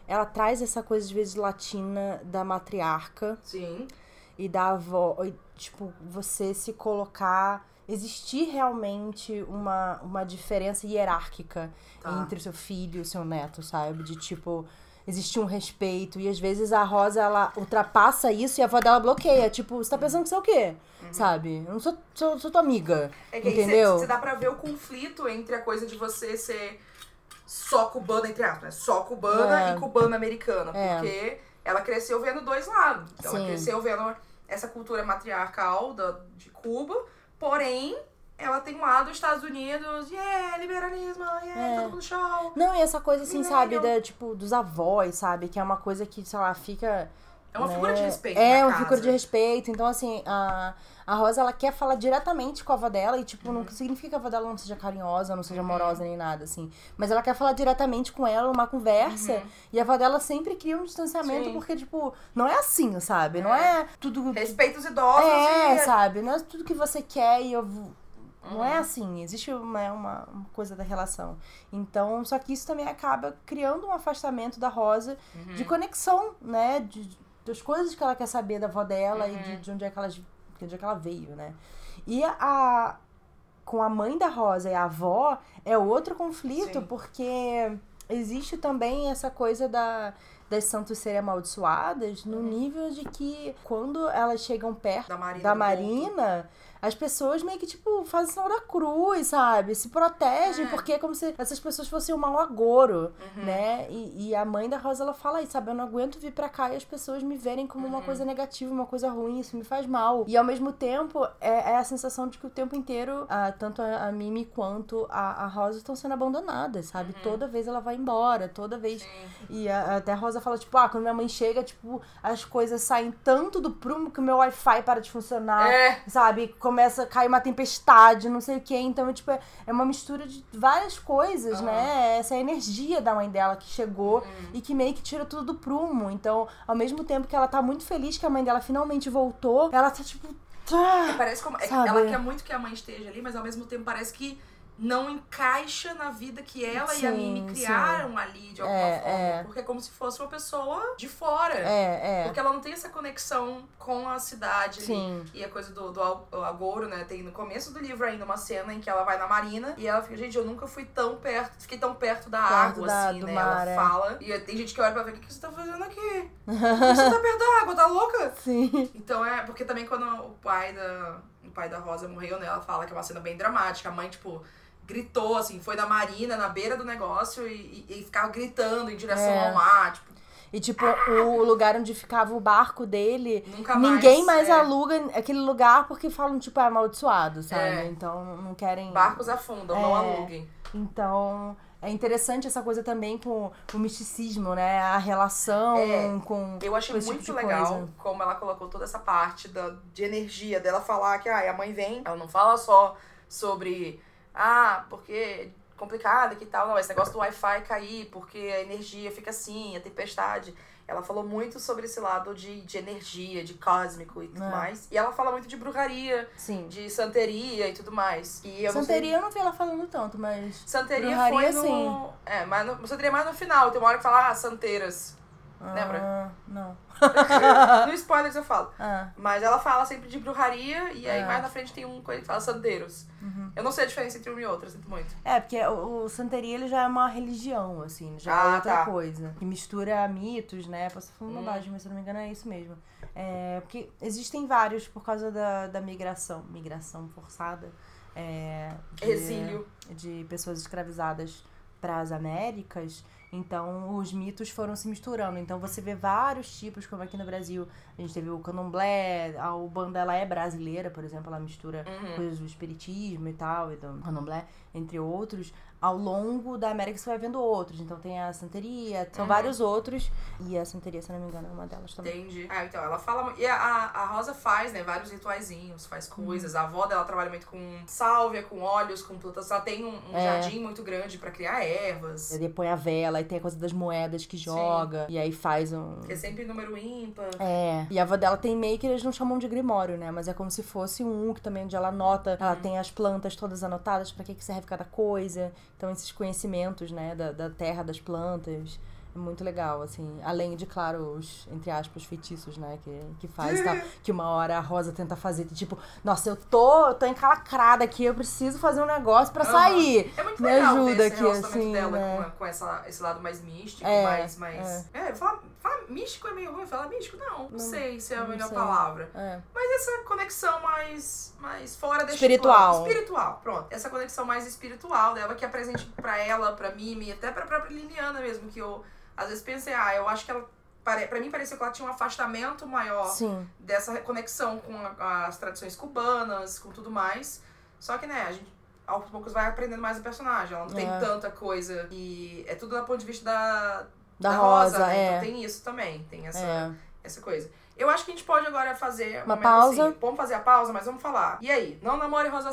Speaker 1: ela traz essa coisa, às vezes, latina da matriarca
Speaker 2: Sim.
Speaker 1: e da avó. e, tipo, você se colocar. Existir realmente uma, uma diferença hierárquica
Speaker 2: Tá.
Speaker 1: entre o seu filho e o seu neto, sabe? De tipo. Existir um respeito. E às vezes a Rosa, ela ultrapassa isso e a avó dela bloqueia. Tipo, você tá pensando que você é o quê? Sabe? Eu não sou, sou, sou tua amiga.
Speaker 2: É que aí
Speaker 1: Entendeu?
Speaker 2: Você dá pra ver o conflito entre a coisa de você ser só cubana, entre aspas, né? Só cubana
Speaker 1: É.
Speaker 2: e cubana-americana.
Speaker 1: É.
Speaker 2: Porque ela cresceu vendo dois lados. Então,
Speaker 1: Sim.
Speaker 2: ela cresceu vendo essa cultura matriarcal da, de Cuba, porém. Ela tem um lado Estados Unidos, yeah, liberalismo, yeah,
Speaker 1: É.
Speaker 2: todo mundo show.
Speaker 1: Não, e essa coisa assim, sabe,
Speaker 2: Millennial.
Speaker 1: da, tipo, dos avós, sabe? Que é uma coisa que, sei lá, fica.
Speaker 2: É uma
Speaker 1: né?
Speaker 2: figura de respeito.
Speaker 1: É,
Speaker 2: na
Speaker 1: uma
Speaker 2: casa. Uhum.
Speaker 1: figura de respeito. Então, assim, a, a Rosa, ela quer falar diretamente com a avó dela. E, tipo,
Speaker 2: Uhum.
Speaker 1: não significa que a avó dela não seja carinhosa, não seja amorosa, nem nada, assim. Mas ela quer falar diretamente com ela, uma conversa.
Speaker 2: Uhum.
Speaker 1: E a avó dela sempre cria um distanciamento,
Speaker 2: Sim.
Speaker 1: porque, tipo, não é assim, sabe? Não é tudo...
Speaker 2: Respeita os idosos
Speaker 1: É,
Speaker 2: e
Speaker 1: sabe? Não é tudo que você quer e eu... vou- Não
Speaker 2: Uhum.
Speaker 1: é assim, existe uma, uma, uma coisa da relação. Então, só que isso também acaba criando um afastamento da Rosa
Speaker 2: Uhum.
Speaker 1: de conexão, né? De, das coisas que ela quer saber da avó dela e de, de onde é que ela, de onde é que ela veio, né? E a. Com a mãe da Rosa e a avó é outro conflito,
Speaker 2: Sim.
Speaker 1: porque existe também essa coisa da, das santos serem amaldiçoadas no nível de que quando elas chegam perto
Speaker 2: da Marina.
Speaker 1: da
Speaker 2: do Porto.
Speaker 1: Marina, as pessoas meio que, tipo, fazem sinal da cruz, sabe? Se protegem,
Speaker 2: É.
Speaker 1: porque é como se essas pessoas fossem um mau agouro,
Speaker 2: Uhum.
Speaker 1: né? E, e a mãe da Rosa, ela fala isso, sabe? Eu não aguento vir pra cá e as pessoas me verem como
Speaker 2: Uhum.
Speaker 1: uma coisa negativa, uma coisa ruim, isso me faz mal. E ao mesmo tempo, é, é a sensação de que o tempo inteiro, ah, tanto a, a Mimi quanto a, a Rosa estão sendo abandonadas, sabe?
Speaker 2: Uhum.
Speaker 1: Toda vez ela vai embora, toda vez
Speaker 2: Sim.
Speaker 1: e a- até a Rosa fala, tipo, ah, quando minha mãe chega, tipo, as coisas saem tanto do prumo que o meu Wi-Fi para de funcionar,
Speaker 2: É,
Speaker 1: sabe? Começa a cair uma tempestade, não sei o quê. Então, é, tipo, é, é uma mistura de várias coisas,
Speaker 2: Aham.
Speaker 1: né? Essa é a energia da mãe dela que chegou e que meio que tira tudo do prumo. Então, ao mesmo tempo que ela tá muito feliz que a mãe dela finalmente voltou, ela tá, tipo, tá...
Speaker 2: parece como. é que
Speaker 1: Sabe?
Speaker 2: Ela quer muito que a mãe esteja ali, mas ao mesmo tempo parece que não encaixa na vida que ela e a
Speaker 1: Sim, sim.
Speaker 2: Mimi criaram ali de alguma
Speaker 1: É,
Speaker 2: forma.
Speaker 1: é.
Speaker 2: Porque é como se fosse uma pessoa de fora.
Speaker 1: É, é.
Speaker 2: Porque ela não tem essa conexão com a cidade. ali.
Speaker 1: Sim.
Speaker 2: E a coisa do, do Al- Agouro, né? Tem no começo do livro ainda uma cena em que ela vai na marina e ela fica, gente, eu nunca fui tão perto, fiquei tão perto da
Speaker 1: Perto
Speaker 2: água,
Speaker 1: da-
Speaker 2: assim,
Speaker 1: do
Speaker 2: né?
Speaker 1: mar,
Speaker 2: ela
Speaker 1: é.
Speaker 2: fala. E tem gente que olha pra ver, o que que você tá fazendo aqui? Por que você tá perto da água, tá louca?
Speaker 1: Sim.
Speaker 2: Então é, porque também quando o pai da, o pai da Rosa morreu, né, ela fala que é uma cena bem dramática. A mãe, tipo, gritou, assim, foi na marina, na beira do negócio e, e, e ficava gritando em direção
Speaker 1: É.
Speaker 2: ao mar, tipo,
Speaker 1: E, tipo, o lugar onde ficava o barco dele
Speaker 2: nunca mais.
Speaker 1: Ninguém mais
Speaker 2: é,
Speaker 1: aluga aquele lugar porque falam, tipo, é amaldiçoado, sabe?
Speaker 2: É.
Speaker 1: Então não querem.
Speaker 2: Barcos afundam, não
Speaker 1: É.
Speaker 2: aluguem.
Speaker 1: Então. É interessante essa coisa também com o misticismo, né? A relação
Speaker 2: É.
Speaker 1: com.
Speaker 2: Eu achei
Speaker 1: Com esse
Speaker 2: muito
Speaker 1: tipo de
Speaker 2: legal
Speaker 1: coisa.
Speaker 2: como ela colocou toda essa parte da, de energia dela falar que ai, a mãe vem. Ela não fala só sobre ah, porque é complicado que tal, não, esse negócio do Wi-Fi cair, porque a energia fica assim, a tempestade. Ela falou muito sobre esse lado de, de energia, de cósmico e tudo
Speaker 1: É.
Speaker 2: mais. E ela fala muito de bruxaria,
Speaker 1: Sim.
Speaker 2: de santeria e tudo mais. E eu não sei-
Speaker 1: Santeria eu não vi ela falando tanto, mas.
Speaker 2: Santeria
Speaker 1: Bruxaria,
Speaker 2: foi no...
Speaker 1: sim.
Speaker 2: É, mas no, santeria é mais no final. Tem uma hora que fala, ah, santeiras. Lembra?
Speaker 1: Ah, não.
Speaker 2: no spoilers eu falo.
Speaker 1: Ah,
Speaker 2: Mas ela fala sempre de bruxaria e aí
Speaker 1: É.
Speaker 2: mais na frente tem um coisa que fala sandeiros.
Speaker 1: uhum.
Speaker 2: Eu não sei a diferença entre um e outro, eu sinto muito.
Speaker 1: É, porque o, o Santeria ele já é uma religião, assim, já é
Speaker 2: Ah,
Speaker 1: outra
Speaker 2: tá.
Speaker 1: coisa. Que mistura mitos, né? Posso falar
Speaker 2: Hum.
Speaker 1: bobagem, mas se eu não me engano é isso mesmo. É, porque existem vários por causa da, da migração. Migração forçada. É, de-
Speaker 2: Exílio.
Speaker 1: de pessoas escravizadas para as Américas. Então, os mitos foram se misturando. Então, você vê vários tipos, como aqui no Brasil, a gente teve o candomblé, a Ubanda, ela é brasileira, por exemplo, ela mistura
Speaker 2: Uhum.
Speaker 1: coisas do espiritismo e tal, e do candomblé, entre outros. Ao longo da América, você vai vendo outros. Então, tem a santeria, são
Speaker 2: Uhum.
Speaker 1: vários outros. E a santeria, se eu não me engano, é uma delas também.
Speaker 2: Entendi. Ah, então, ela fala. E a, a Rosa faz, né, vários rituaizinhos, faz
Speaker 1: Uhum.
Speaker 2: coisas. A avó dela trabalha muito com sálvia, com óleos, com plantas. Ela tem um, um
Speaker 1: É.
Speaker 2: jardim muito grande pra criar ervas.
Speaker 1: Ele põe a vela, e tem a coisa das moedas que joga, e aí faz um.
Speaker 2: Que é sempre número ímpar.
Speaker 1: É. E a avó dela tem meio que eles não chamam de grimório, né? Mas é como se fosse um que também onde ela anota,
Speaker 2: Uhum.
Speaker 1: ela tem as plantas todas anotadas, pra que que serve cada coisa. Então esses conhecimentos, né, da, da terra, das plantas. É muito legal, assim. Além de, claro, os, entre aspas, feitiços, né? Que, que faz e tal. Que uma hora a Rosa tenta fazer, tipo, nossa, eu tô, eu tô encalacrada aqui, eu preciso fazer um negócio pra
Speaker 2: Aham.
Speaker 1: sair.
Speaker 2: É muito
Speaker 1: Me
Speaker 2: legal
Speaker 1: ajuda
Speaker 2: ver esse
Speaker 1: aqui,
Speaker 2: relacionamento
Speaker 1: assim,
Speaker 2: dela
Speaker 1: né?
Speaker 2: com, a- com essa, esse lado mais místico,
Speaker 1: É,
Speaker 2: mais. mais... É, fala, Falar místico é meio ruim, falar místico não. Não,
Speaker 1: Não,
Speaker 2: sei se é a
Speaker 1: não
Speaker 2: melhor
Speaker 1: sei.
Speaker 2: palavra.
Speaker 1: É.
Speaker 2: Mas essa conexão mais, mais fora deste
Speaker 1: Espiritual.
Speaker 2: plano. Espiritual, pronto. Essa conexão mais espiritual dela, que é presente pra ela, pra Mimi, até pra própria Liliana mesmo, que eu às vezes pensei, ah, eu acho que ela. pare- Pra mim parecia que ela tinha um afastamento maior
Speaker 1: Sim.
Speaker 2: dessa conexão com a- as tradições cubanas, com tudo mais. Só que, né, a gente aos poucos vai aprendendo mais o personagem. Ela não tem
Speaker 1: É.
Speaker 2: tanta coisa. E é tudo do ponto de vista da,
Speaker 1: Da, Rosa,
Speaker 2: né? Então
Speaker 1: é.
Speaker 2: tem isso também, tem essa,
Speaker 1: É.
Speaker 2: essa coisa. Eu acho que a gente pode agora fazer
Speaker 1: Uma
Speaker 2: momento
Speaker 1: pausa.
Speaker 2: assim, vamos fazer a pausa, mas vamos falar. E aí, não namore Rosa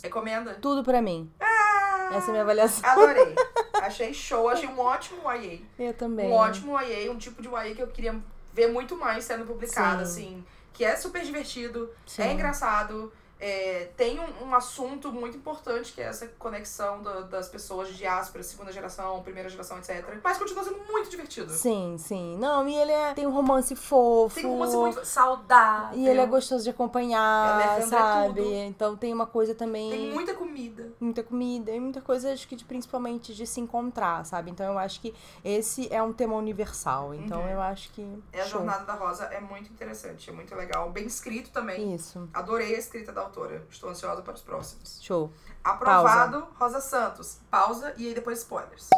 Speaker 2: Recomenda?
Speaker 1: Tudo pra mim.
Speaker 2: Ah,
Speaker 1: Essa é a minha avaliação.
Speaker 2: Adorei. achei show, achei um ótimo YA.
Speaker 1: Eu também.
Speaker 2: Um ótimo YA, um tipo de YA que eu queria ver muito mais sendo publicado,
Speaker 1: Sim.
Speaker 2: assim. Que é super divertido,
Speaker 1: Sim.
Speaker 2: é engraçado, é, tem um, um assunto muito importante que é essa conexão da- das pessoas de diáspora, segunda geração, primeira geração, etc. Mas continua sendo muito divertido.
Speaker 1: Sim, sim. Não, e ele é- tem um romance fofo.
Speaker 2: Né? Tem um romance muito saudável.
Speaker 1: E ele é gostoso de
Speaker 2: Ele
Speaker 1: acompanhar,
Speaker 2: levanta
Speaker 1: sabe?
Speaker 2: é tudo.
Speaker 1: Então tem uma coisa também.
Speaker 2: Tem muita comida.
Speaker 1: muita comida e muita coisa, acho que de- principalmente de se encontrar, sabe? Então eu acho que esse é um tema universal. Então
Speaker 2: Uhum.
Speaker 1: eu acho que.
Speaker 2: É, a
Speaker 1: show.
Speaker 2: Jornada da Rosa é muito interessante, é muito legal. Bem escrito também.
Speaker 1: Isso.
Speaker 2: Adorei a escrita da autora. Estou ansiosa para os próximos.
Speaker 1: Show.
Speaker 2: Aprovado, Rosa Santos. Pausa e aí depois spoilers.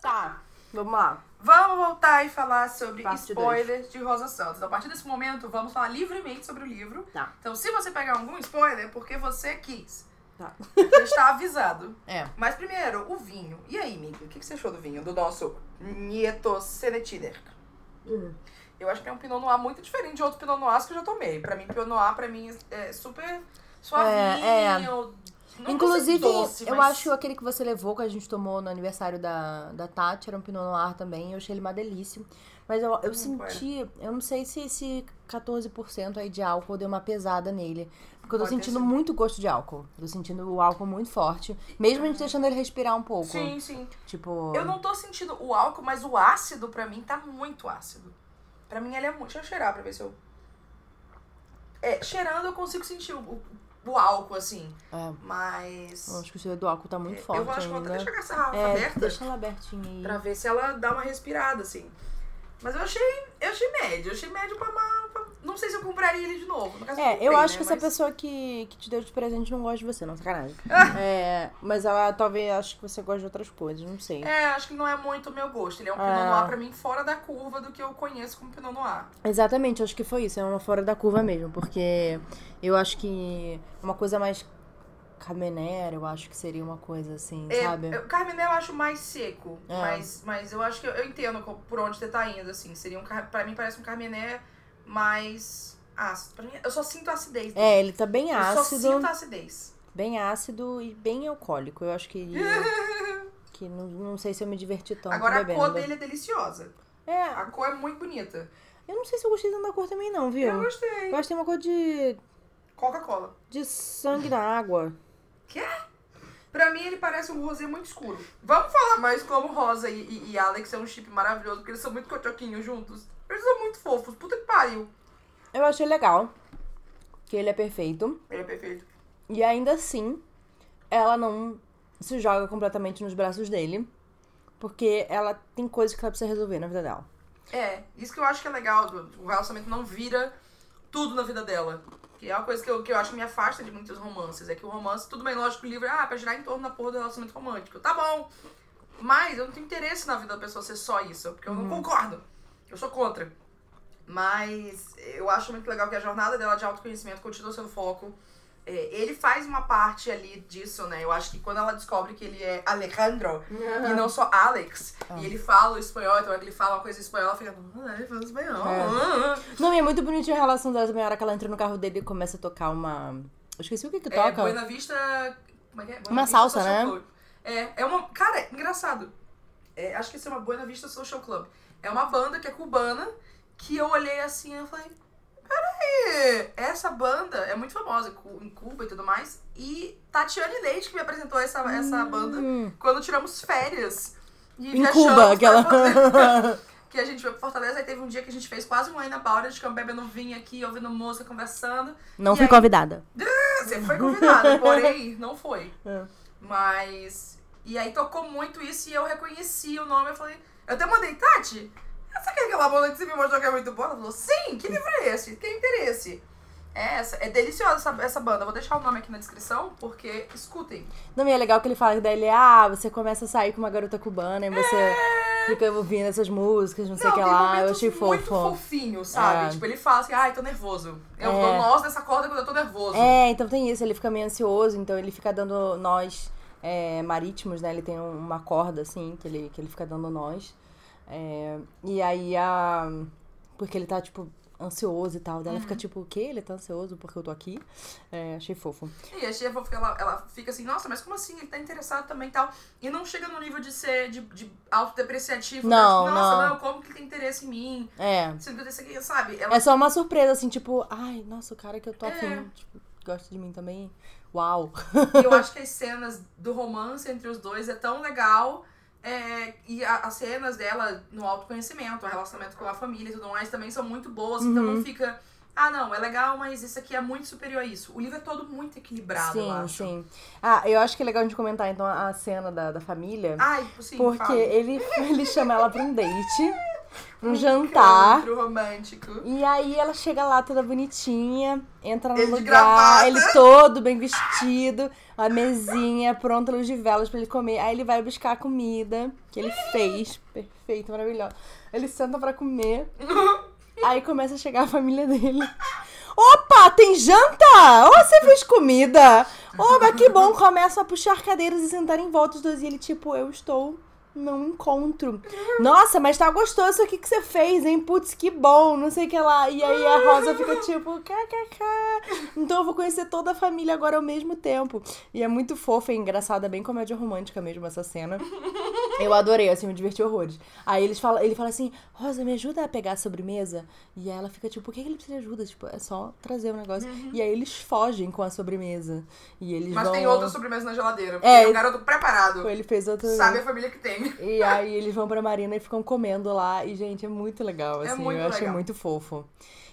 Speaker 1: Tá. Vamos lá.
Speaker 2: Vamos voltar e falar sobre
Speaker 1: Parte
Speaker 2: spoilers de Rosa Santos. Então, A partir desse momento, vamos falar livremente sobre o livro.
Speaker 1: Tá.
Speaker 2: Então, se você pegar algum spoiler, é porque você quis.
Speaker 1: Tá.
Speaker 2: Você está avisado.
Speaker 1: É.
Speaker 2: Mas primeiro, o vinho. E aí, Miki, o que que você achou do vinho? Do nosso Nieto Senetiner?
Speaker 1: Hum.
Speaker 2: Eu acho que é um Pinot Noir muito diferente de outro Pinot Noir que eu já tomei. Pra mim, Pinot Noir, pra mim, é super suavinho.
Speaker 1: é.
Speaker 2: não
Speaker 1: Inclusive,
Speaker 2: vou dizer doce,
Speaker 1: eu
Speaker 2: mas-
Speaker 1: acho aquele que você levou, que a gente tomou no aniversário da, da Tati, era um Pinot Noir também, eu achei ele uma delícia. Mas eu, eu
Speaker 2: Hum,
Speaker 1: senti, eu não sei se esse 14% aí de álcool deu uma pesada nele. Porque eu tô
Speaker 2: Pode ter
Speaker 1: sentindo
Speaker 2: sido.
Speaker 1: muito gosto de álcool. Tô sentindo o álcool muito forte. Mesmo a gente deixando ele respirar um pouco.
Speaker 2: Hum. Sim, sim.
Speaker 1: Tipo.
Speaker 2: Eu não tô sentindo o álcool, mas o ácido, pra mim, tá muito ácido. Pra mim, ele é muito... Deixa eu cheirar pra ver se eu... É, cheirando, eu consigo sentir o, o- o álcool, assim.
Speaker 1: É,
Speaker 2: Mas...
Speaker 1: eu acho que o cheiro do álcool tá muito forte
Speaker 2: É, eu acho que eu vou
Speaker 1: ainda.
Speaker 2: até deixar essa garrafa
Speaker 1: é,
Speaker 2: aberta.
Speaker 1: deixa ela abertinha aí.
Speaker 2: Pra ver se ela dá uma respirada, assim. Mas eu achei, eu achei médio, eu achei médio pra uma. pra- Não sei se eu compraria ele de novo. No caso,
Speaker 1: É,
Speaker 2: comprei,
Speaker 1: eu acho
Speaker 2: né,
Speaker 1: que essa
Speaker 2: mas-
Speaker 1: pessoa que, que te deu de presente não gosta de você, não, sacanagem.
Speaker 2: Ah!
Speaker 1: É, mas ela talvez ache que você gosta de outras coisas, não sei.
Speaker 2: É, acho que não é muito o meu gosto. Ele é um Pinot Noir pra mim fora da curva do que eu conheço como Pinot Noir.
Speaker 1: Exatamente, acho que foi isso, é uma fora da curva mesmo, porque eu acho que uma coisa mais caminera, eu acho que seria uma coisa assim,
Speaker 2: É,
Speaker 1: sabe?
Speaker 2: eu- Carmené eu acho mais seco,
Speaker 1: É.
Speaker 2: mas, mas eu acho que eu, eu entendo co- por onde você tá indo, assim. Seria um. car- Pra mim parece um Carmené mais ácido. Pra mim, eu só sinto acidez.
Speaker 1: É, ele tá bem
Speaker 2: eu só
Speaker 1: ácido,
Speaker 2: sinto acidez.
Speaker 1: bem ácido e bem alcoólico. Eu acho que que não, não sei se eu me diverti tanto
Speaker 2: Agora a
Speaker 1: Então, bebendo.
Speaker 2: cor dele é deliciosa.
Speaker 1: É,
Speaker 2: A cor é muito bonita.
Speaker 1: eu não sei se eu gostei tanto da cor também não, viu?
Speaker 2: Eu gostei.
Speaker 1: Eu acho que tem uma cor de
Speaker 2: Coca-Cola.
Speaker 1: de sangue na água.
Speaker 2: Pra mim, ele parece um rosé muito escuro. Vamos falar mais como Rosa e, e- e Alex é um chip maravilhoso, porque eles são muito cotoquinhos juntos. Eles são muito fofos, puta que pariu.
Speaker 1: Eu achei legal. Que ele é perfeito.
Speaker 2: Ele é perfeito.
Speaker 1: E ainda assim, ela não se joga completamente nos braços dele. Porque ela tem coisas que ela precisa resolver na vida dela.
Speaker 2: É, isso que eu acho que é legal, do- o relacionamento não vira tudo na vida dela. Que é uma coisa que eu, que eu acho que me afasta de muitos romances. É que o romance, tudo bem, lógico, o livro é ah, pra girar em torno da porra do relacionamento romântico. Tá bom. Mas eu não tenho interesse na vida da pessoa ser só isso, porque eu não concordo. Eu sou contra. Mas eu acho muito legal que a jornada dela de autoconhecimento continua sendo foco. É, ele faz uma parte ali disso, né? Eu acho que quando ela descobre que ele é Alejandro e não só Alex,
Speaker 1: Ah.
Speaker 2: e ele fala o espanhol, então ele fala uma coisa em espanhol, ela fica, ah, ele fala espanhol. ah, ah."
Speaker 1: Não, e é muito bonitinho a relação dela também. A hora que ela entra no carro dele e começa a tocar uma. Eu esqueci o que que
Speaker 2: É,
Speaker 1: toca.
Speaker 2: Buena Vista. Como é que é? Buena
Speaker 1: Uma
Speaker 2: Vista
Speaker 1: salsa,
Speaker 2: Social
Speaker 1: né?
Speaker 2: Club. É, é uma. Cara, engraçado. É, acho que isso é uma Buena Vista Social Club. É uma banda que é cubana que eu olhei assim e falei: peraí, essa banda é muito famosa em Cu- em Cuba e tudo mais. E Tatiane Leite que me apresentou essa, essa banda
Speaker 1: Hum,
Speaker 2: quando tiramos férias. E
Speaker 1: em
Speaker 2: viajamos
Speaker 1: Cuba,
Speaker 2: pra
Speaker 1: aquela.
Speaker 2: Fortaleza. que a gente foi pra Fortaleza, aí teve um dia que a gente fez quase um Ana Baura, de campo bebendo vinho aqui, ouvindo música, conversando.
Speaker 1: não
Speaker 2: E
Speaker 1: fui
Speaker 2: aí?
Speaker 1: convidada.
Speaker 2: Você foi convidada, porém, não foi.
Speaker 1: Uhum. É.
Speaker 2: Mas. E aí tocou muito isso e eu reconheci o nome. Eu falei, Eu até mandei, Tati, essa aqui é aquela bola que você me mostrou que é muito boa? Ela falou, sim, que livro é esse? Que interesse? É, essa, é deliciosa essa, essa banda. Eu Vou deixar o nome aqui na descrição, porque escutem.
Speaker 1: Não, e é legal que ele fala que daí ele, ah, você começa a sair com uma garota cubana e você fica ouvindo essas músicas, não sei o que
Speaker 2: É. tem
Speaker 1: lá. Eu
Speaker 2: momentos
Speaker 1: achei
Speaker 2: muito
Speaker 1: fofo.
Speaker 2: fofinho, sabe?
Speaker 1: É.
Speaker 2: Tipo, ele fala assim, ai, tô nervoso. Eu
Speaker 1: É.
Speaker 2: dou nós nessa corda quando eu tô nervoso.
Speaker 1: É, então tem isso, ele fica meio ansioso, então ele fica dando nós é, marítimos, né? Ele tem um- uma corda, assim, que ele, que ele fica dando nós. É, e aí a. Porque ele tá, tipo, ansioso e tal. Daí ela
Speaker 2: Uhum.
Speaker 1: fica tipo, o quê? Ele tá ansioso porque eu tô aqui? É, achei fofo.
Speaker 2: E a Sheva fica, ela, ela fica assim, nossa, mas como assim? Ele tá interessado também e tal. E não chega no nível de ser de, de autodepreciativo. né?
Speaker 1: Não,
Speaker 2: tipo, nossa,
Speaker 1: não.
Speaker 2: como que ele tem interesse em mim?
Speaker 1: É.
Speaker 2: Sendo que eu disse aqui, sabe? Ela
Speaker 1: É só uma surpresa, assim, tipo, ai, nossa, o cara que eu tô
Speaker 2: É.
Speaker 1: afim, tipo, gosta de mim também. Uau!
Speaker 2: E eu acho que as cenas do romance entre os dois é tão legal. é, e a- as cenas dela no autoconhecimento, o relacionamento com a família e tudo mais também são muito boas. Então
Speaker 1: Uhum.
Speaker 2: não fica. Ah, não, é legal, mas isso aqui é muito superior a isso. O livro é todo muito equilibrado, eu
Speaker 1: sim,
Speaker 2: acho.
Speaker 1: sim. Ah, eu acho que é legal a gente comentar, então, a a cena da, da família.
Speaker 2: Ai, sim,
Speaker 1: Porque
Speaker 2: fala.
Speaker 1: ele, ele chama ela pra um date, pra um jantar.
Speaker 2: encontro É romântico.
Speaker 1: E aí ela chega lá toda bonitinha, entra no
Speaker 2: Ele de
Speaker 1: lugar,
Speaker 2: gravata.
Speaker 1: ele todo bem vestido, a mesinha, pronta, luz de velas pra ele comer. Aí ele vai buscar a comida que ele fez, perfeito, maravilhoso. Ele senta pra comer, aí começa a chegar a família dele. Opa, tem janta? Ô, você fez comida? Ô, mas que bom, começa a puxar cadeiras e sentar em volta os dois. E ele tipo, eu estou não encontro. Nossa, mas tá gostoso isso aqui que você fez, hein? Putz, que bom, não sei o que lá. E aí a Rosa fica tipo, kkk. Então eu vou conhecer toda a família agora ao mesmo tempo. E é muito fofa e engraçada, bem comédia romântica mesmo essa cena. Eu adorei, assim, me diverti horrores. Aí eles falam, ele fala assim, Rosa, me ajuda a pegar a sobremesa? E aí ela fica tipo, por que que ele precisa de ajuda? Tipo, é só trazer o negócio. E aí eles fogem com a sobremesa. E eles
Speaker 2: Uhum. Mas
Speaker 1: vão...
Speaker 2: tem outra sobremesa na geladeira.
Speaker 1: É, um.
Speaker 2: É, o garoto preparado.
Speaker 1: Ele fez outra...
Speaker 2: Sabe a família que tem.
Speaker 1: E aí eles vão pra Marina e ficam comendo lá. E, gente, é muito legal,
Speaker 2: É
Speaker 1: assim.
Speaker 2: muito
Speaker 1: eu achei
Speaker 2: legal.
Speaker 1: muito fofo.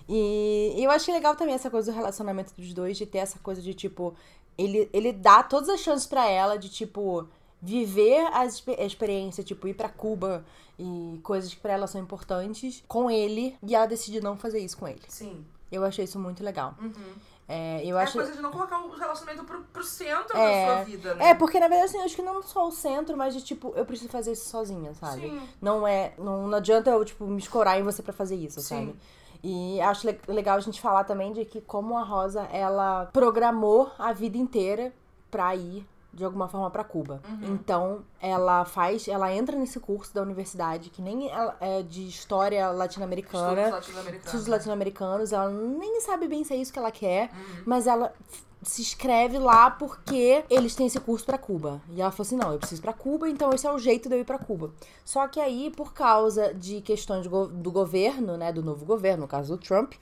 Speaker 1: E eu achei legal também essa coisa do relacionamento dos dois, de ter essa coisa de, tipo, ele, ele dá todas as chances pra ela de, tipo, viver as expe- a experiência, tipo, ir pra Cuba e coisas que pra ela são importantes com ele. E ela decide não fazer isso com ele.
Speaker 2: Sim.
Speaker 1: Eu achei isso muito legal.
Speaker 2: Uhum.
Speaker 1: É, eu
Speaker 2: é
Speaker 1: acho.
Speaker 2: a coisa de não colocar o relacionamento pro, pro centro
Speaker 1: É.
Speaker 2: da sua vida, né?
Speaker 1: É, porque na verdade, assim, eu acho que não só o centro, mas de tipo, eu preciso fazer isso sozinha, sabe?
Speaker 2: Sim.
Speaker 1: Não é. Não, não adianta eu, tipo, me escorar em você pra fazer isso,
Speaker 2: Sim.
Speaker 1: sabe? E acho le- legal a gente falar também de que como a Rosa, ela programou a vida inteira pra ir de alguma forma pra Cuba.
Speaker 2: Uhum.
Speaker 1: Então, ela faz, ela entra nesse curso da universidade que nem ela- é de história
Speaker 2: Estudos
Speaker 1: latino-americana, estudos
Speaker 2: latino-americanos.
Speaker 1: latino-americanos, ela nem sabe bem se é isso que ela quer.
Speaker 2: Uhum.
Speaker 1: Mas ela f- se inscreve lá porque eles têm esse curso pra Cuba. E ela falou assim: não, eu preciso ir pra Cuba, então esse é o jeito de eu ir pra Cuba. Só que aí, por causa de questões go- do governo, né, do novo governo, no caso do Trump,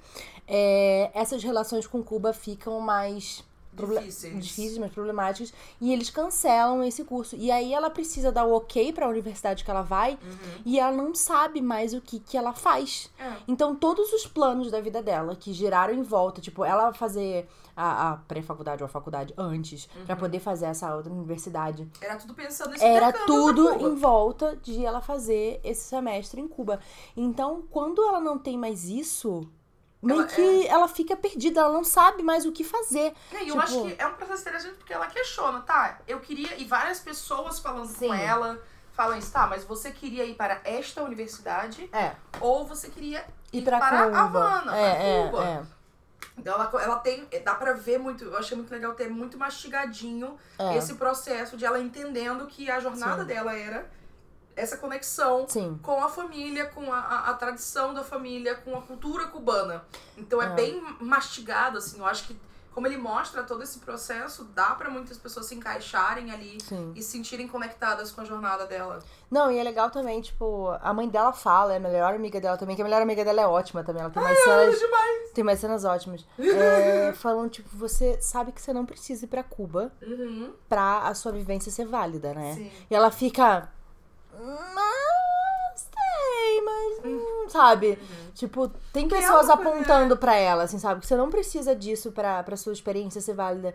Speaker 1: é, essas relações com Cuba ficam mais proble-
Speaker 2: Difíceis.
Speaker 1: difíceis, mais problemáticas, e eles cancelam esse curso. E aí ela precisa dar o ok pra universidade que ela vai,
Speaker 2: Uhum.
Speaker 1: e ela não sabe mais o que, que ela faz.
Speaker 2: É.
Speaker 1: Então, todos os planos da vida dela que giraram em volta, tipo, ela fazer a, a pré-faculdade ou a faculdade antes, pra
Speaker 2: Uhum.
Speaker 1: poder fazer essa outra universidade,
Speaker 2: Era tudo pensando nesse
Speaker 1: era
Speaker 2: intercâmbio
Speaker 1: tudo
Speaker 2: pra é Cuba.
Speaker 1: em volta de ela fazer esse semestre em Cuba. Então, quando ela não tem mais isso, meio
Speaker 2: Ela-
Speaker 1: que ela fica perdida, ela não sabe mais o que fazer.
Speaker 2: É, e
Speaker 1: tipo-
Speaker 2: eu acho que é um processo interessante porque ela questiona, tá? Eu queria. E várias pessoas falando
Speaker 1: Sim.
Speaker 2: com ela falam isso, tá? Mas você queria ir para esta universidade
Speaker 1: É,
Speaker 2: ou você queria
Speaker 1: e
Speaker 2: ir
Speaker 1: pra
Speaker 2: para
Speaker 1: Cuba.
Speaker 2: Havana,
Speaker 1: é,
Speaker 2: pra Cuba.
Speaker 1: é,
Speaker 2: Então ela, co- ela tem. Dá pra ver muito. Eu achei muito legal ter muito mastigadinho
Speaker 1: é, é.
Speaker 2: esse processo de ela entendendo que a jornada
Speaker 1: Sim.
Speaker 2: dela era essa conexão
Speaker 1: Sim.
Speaker 2: com a família, com a, a- a tradição da família, com a cultura cubana. Então é,
Speaker 1: É.
Speaker 2: bem mastigado, assim. Eu acho que, como ele mostra todo esse processo, dá pra muitas pessoas se encaixarem ali
Speaker 1: Sim.
Speaker 2: e se sentirem conectadas com a jornada dela.
Speaker 1: Não, e é legal também, tipo, a mãe dela fala, é a melhor amiga dela também, que a melhor amiga dela é ótima também, ela tem mais cenas
Speaker 2: demais!
Speaker 1: Tem mais cenas ótimas. É, falam, tipo, você sabe que você não precisa ir pra Cuba
Speaker 2: Uhum,
Speaker 1: pra a sua vivência ser válida, né?
Speaker 2: Sim.
Speaker 1: E ela fica. Mas. Sei, mas. hum", sabe?
Speaker 2: Uhum.
Speaker 1: Tipo, tem
Speaker 2: Que é
Speaker 1: pessoas
Speaker 2: uma coisa,
Speaker 1: apontando pra ela, assim, sabe? Que você não precisa disso pra, pra sua experiência ser válida.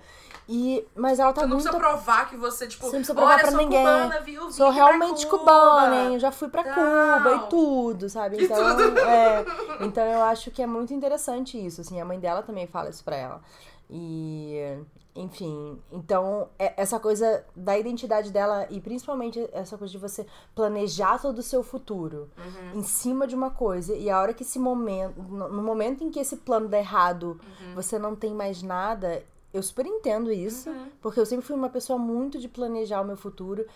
Speaker 1: E, mas ela tá
Speaker 2: Você não
Speaker 1: muito.
Speaker 2: precisa provar que você, tipo,
Speaker 1: Você não precisa provar
Speaker 2: olha,
Speaker 1: pra
Speaker 2: sou
Speaker 1: ninguém.
Speaker 2: cubana, viu? Vim
Speaker 1: Sou
Speaker 2: aqui pra
Speaker 1: realmente
Speaker 2: Cuba."
Speaker 1: cubana, hein? Eu já fui pra
Speaker 2: Tal.
Speaker 1: Cuba e tudo, sabe?
Speaker 2: E tudo.
Speaker 1: é, então eu acho que é muito interessante isso, assim. A mãe dela também fala isso pra ela. E, enfim, então é- essa coisa da identidade dela e principalmente essa coisa de você planejar todo o seu futuro
Speaker 2: Uhum,
Speaker 1: em cima de uma coisa e a hora que esse momento, no no momento em que esse plano dá errado,
Speaker 2: uhum,
Speaker 1: você não tem mais nada, eu super entendo isso.
Speaker 2: uhum.
Speaker 1: Porque eu sempre fui uma pessoa muito de planejar o meu futuro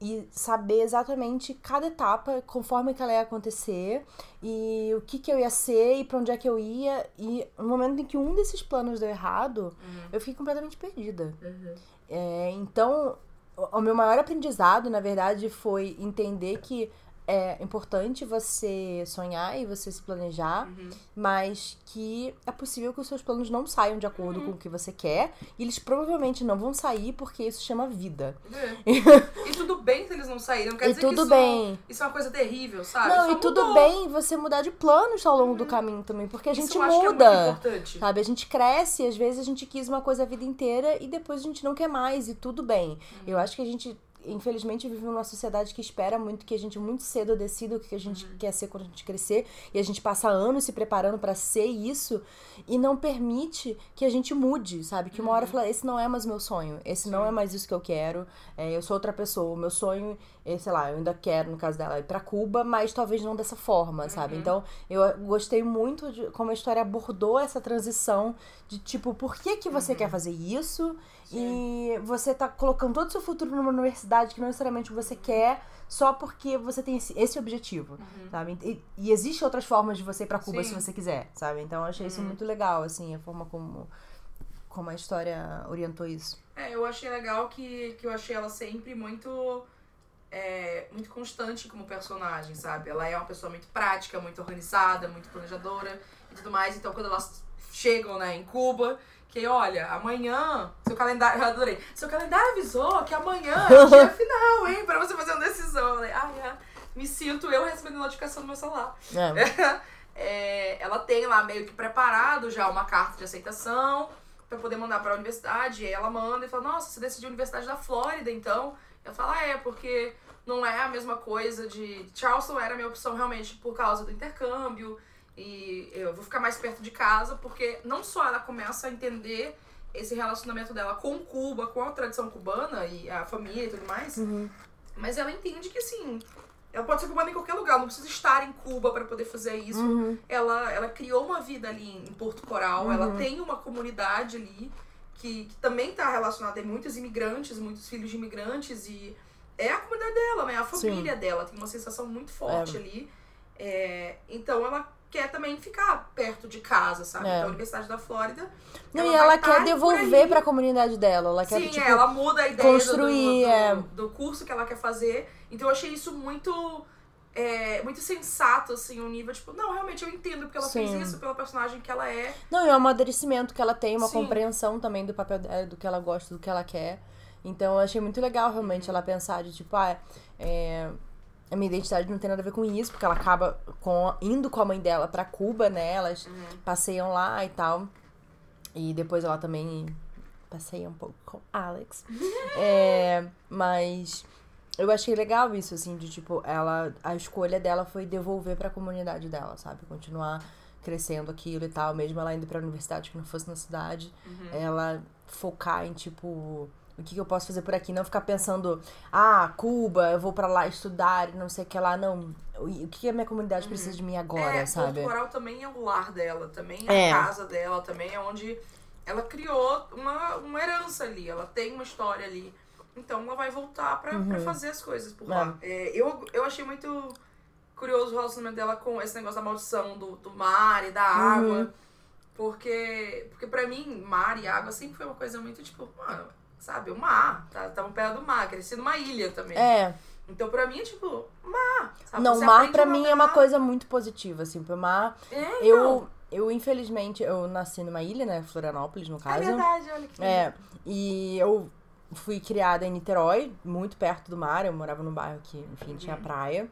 Speaker 1: e saber exatamente cada etapa, conforme que ela ia acontecer, e o que que eu ia ser e pra onde é que eu ia. E no momento em que um desses planos deu errado,
Speaker 2: Uhum.
Speaker 1: eu fiquei completamente perdida.
Speaker 2: Uhum.
Speaker 1: É, então, o o meu maior aprendizado, na verdade, foi entender que é importante você sonhar e você se planejar,
Speaker 2: Uhum.
Speaker 1: mas que é possível que os seus planos não saiam de acordo com o que você quer, e eles provavelmente não vão sair porque isso chama vida.
Speaker 2: É. e tudo bem se eles não saírem. Não quer
Speaker 1: e
Speaker 2: dizer que
Speaker 1: tudo
Speaker 2: isso,
Speaker 1: bem.
Speaker 2: isso é uma coisa terrível, sabe?
Speaker 1: não,
Speaker 2: Só
Speaker 1: e tudo
Speaker 2: mudou. Uhum.
Speaker 1: bem você mudar de planos ao longo do caminho também, porque a
Speaker 2: Isso
Speaker 1: gente
Speaker 2: eu acho que é
Speaker 1: muda.
Speaker 2: muito
Speaker 1: Tá.
Speaker 2: importante.
Speaker 1: Sabe, a gente cresce, às vezes a gente quis uma coisa a vida inteira e depois a gente não quer mais, e tudo bem.
Speaker 2: Uhum.
Speaker 1: Eu acho que a gente, infelizmente, vive numa sociedade que espera muito que a gente muito cedo decida o que a gente
Speaker 2: Uhum.
Speaker 1: quer ser quando a gente crescer, e a gente passa anos se preparando pra ser isso e não permite que a gente mude, sabe? Que uma hora fala, esse não é mais o meu sonho, esse não
Speaker 2: Uhum. Sim.
Speaker 1: é mais isso que eu quero, é, eu sou outra pessoa, o meu sonho, é, sei lá, eu ainda quero, no caso dela, ir pra Cuba, mas talvez não dessa forma, sabe?
Speaker 2: Uhum.
Speaker 1: Então, eu gostei muito de como a história abordou essa transição de tipo, por que que você quer fazer isso?
Speaker 2: Uhum. Sim.
Speaker 1: E você tá colocando todo o seu futuro numa universidade que não necessariamente você quer, só porque você tem esse, esse objetivo,
Speaker 2: Uhum.
Speaker 1: sabe? E, e existem outras formas de você ir pra Cuba
Speaker 2: Sim.
Speaker 1: se você quiser, sabe? Então eu achei isso
Speaker 2: Uhum.
Speaker 1: muito legal, assim, a forma como, como a história orientou isso.
Speaker 2: É, eu achei legal que, que eu achei ela sempre muito. é, muito constante como personagem, sabe? Ela é uma pessoa muito prática, muito organizada, muito planejadora e tudo mais. Então, quando elas chegam, né, em Cuba, que olha, amanhã, seu calendário, eu adorei, seu calendário avisou que amanhã é o dia final, hein, pra você fazer uma decisão. Eu falei, ah, é. me sinto eu recebendo notificação no meu celular.
Speaker 1: É.
Speaker 2: É, ela tem lá meio que preparado já uma carta de aceitação pra poder mandar pra universidade. E aí ela manda e fala: Nossa, você decidiu a Universidade da Flórida, então? Ela fala: ah, É, porque não é a mesma coisa de. Charleston era a minha opção realmente por causa do intercâmbio. E eu vou ficar mais perto de casa, porque não só ela começa a entender esse relacionamento dela com Cuba, com a tradição cubana e a família e tudo mais,
Speaker 1: Uhum.
Speaker 2: mas ela entende que assim. Ela pode ser cubana em qualquer lugar, não precisa estar em Cuba pra poder fazer isso
Speaker 1: Uhum.
Speaker 2: ela, ela criou uma vida ali em Porto Coral,
Speaker 1: Uhum.
Speaker 2: ela tem uma comunidade ali que, que também está relacionada, tem muitos imigrantes, muitos filhos de imigrantes, e é a comunidade dela, né? A família dela, tem uma sensação muito forte ali. É, então ela quer também ficar perto de casa, sabe?
Speaker 1: É.
Speaker 2: Então a Universidade da Flórida.
Speaker 1: Não, e
Speaker 2: vai
Speaker 1: ela
Speaker 2: estar
Speaker 1: quer
Speaker 2: por
Speaker 1: devolver
Speaker 2: aí.
Speaker 1: pra comunidade dela, ela quer,
Speaker 2: Sim,
Speaker 1: tipo,
Speaker 2: é, ela muda a ideia do-
Speaker 1: construir,
Speaker 2: do, do,
Speaker 1: é.
Speaker 2: do curso que ela quer fazer. Então eu achei isso muito. é, muito sensato, assim, o nível, tipo, não, realmente eu entendo porque ela
Speaker 1: Sim.
Speaker 2: fez isso pela personagem que ela é.
Speaker 1: Não, e o amadurecimento que ela tem, uma
Speaker 2: Sim.
Speaker 1: compreensão também do papel dela, do que ela gosta, do que ela quer. Então eu achei muito legal realmente ela pensar de tipo, ah, é, a minha identidade não tem nada a ver com isso, porque ela acaba com, indo com a mãe dela pra Cuba, né? Elas
Speaker 2: Uhum.
Speaker 1: passeiam lá e tal. E depois ela também passeia um pouco com Alex. É, mas eu achei legal isso, assim, de tipo, ela. A escolha dela foi devolver pra comunidade dela, sabe? Continuar crescendo aquilo e tal, mesmo ela indo pra universidade que não fosse na cidade,
Speaker 2: Uhum.
Speaker 1: ela focar em tipo. O que, que eu posso fazer por aqui? Não ficar pensando, ah, Cuba, eu vou pra lá estudar e não sei o que lá. Não. O o que que a minha comunidade precisa de mim agora,
Speaker 2: é,
Speaker 1: sabe?
Speaker 2: Porto Coral também é o lar dela, também é,
Speaker 1: É.
Speaker 2: a casa dela, também é onde ela criou uma, uma herança ali, ela tem uma história ali. Então ela vai voltar pra,
Speaker 1: Uhum.
Speaker 2: pra fazer as coisas por lá. É, eu, eu achei muito curioso o relacionamento dela com esse negócio da maldição do, do mar e da
Speaker 1: Uhum.
Speaker 2: água. Porque, porque pra mim, mar e água sempre foi uma coisa muito tipo, mano, sabe, o mar. Tá, tava perto do mar, cresci numa ilha também.
Speaker 1: É.
Speaker 2: Então pra mim é tipo, mar. Sabe?
Speaker 1: Não,
Speaker 2: Você
Speaker 1: mar
Speaker 2: aprende
Speaker 1: pra
Speaker 2: a
Speaker 1: mim é uma
Speaker 2: nadar.
Speaker 1: coisa muito positiva, assim, pro mar.
Speaker 2: É,
Speaker 1: Eu, eu infelizmente, eu nasci numa ilha, né, Florianópolis, no
Speaker 2: É
Speaker 1: caso.
Speaker 2: verdade, olha que
Speaker 1: É, e eu
Speaker 2: Uhum.
Speaker 1: fui criada em Niterói, muito perto do mar, eu morava num bairro que, enfim, tinha praia.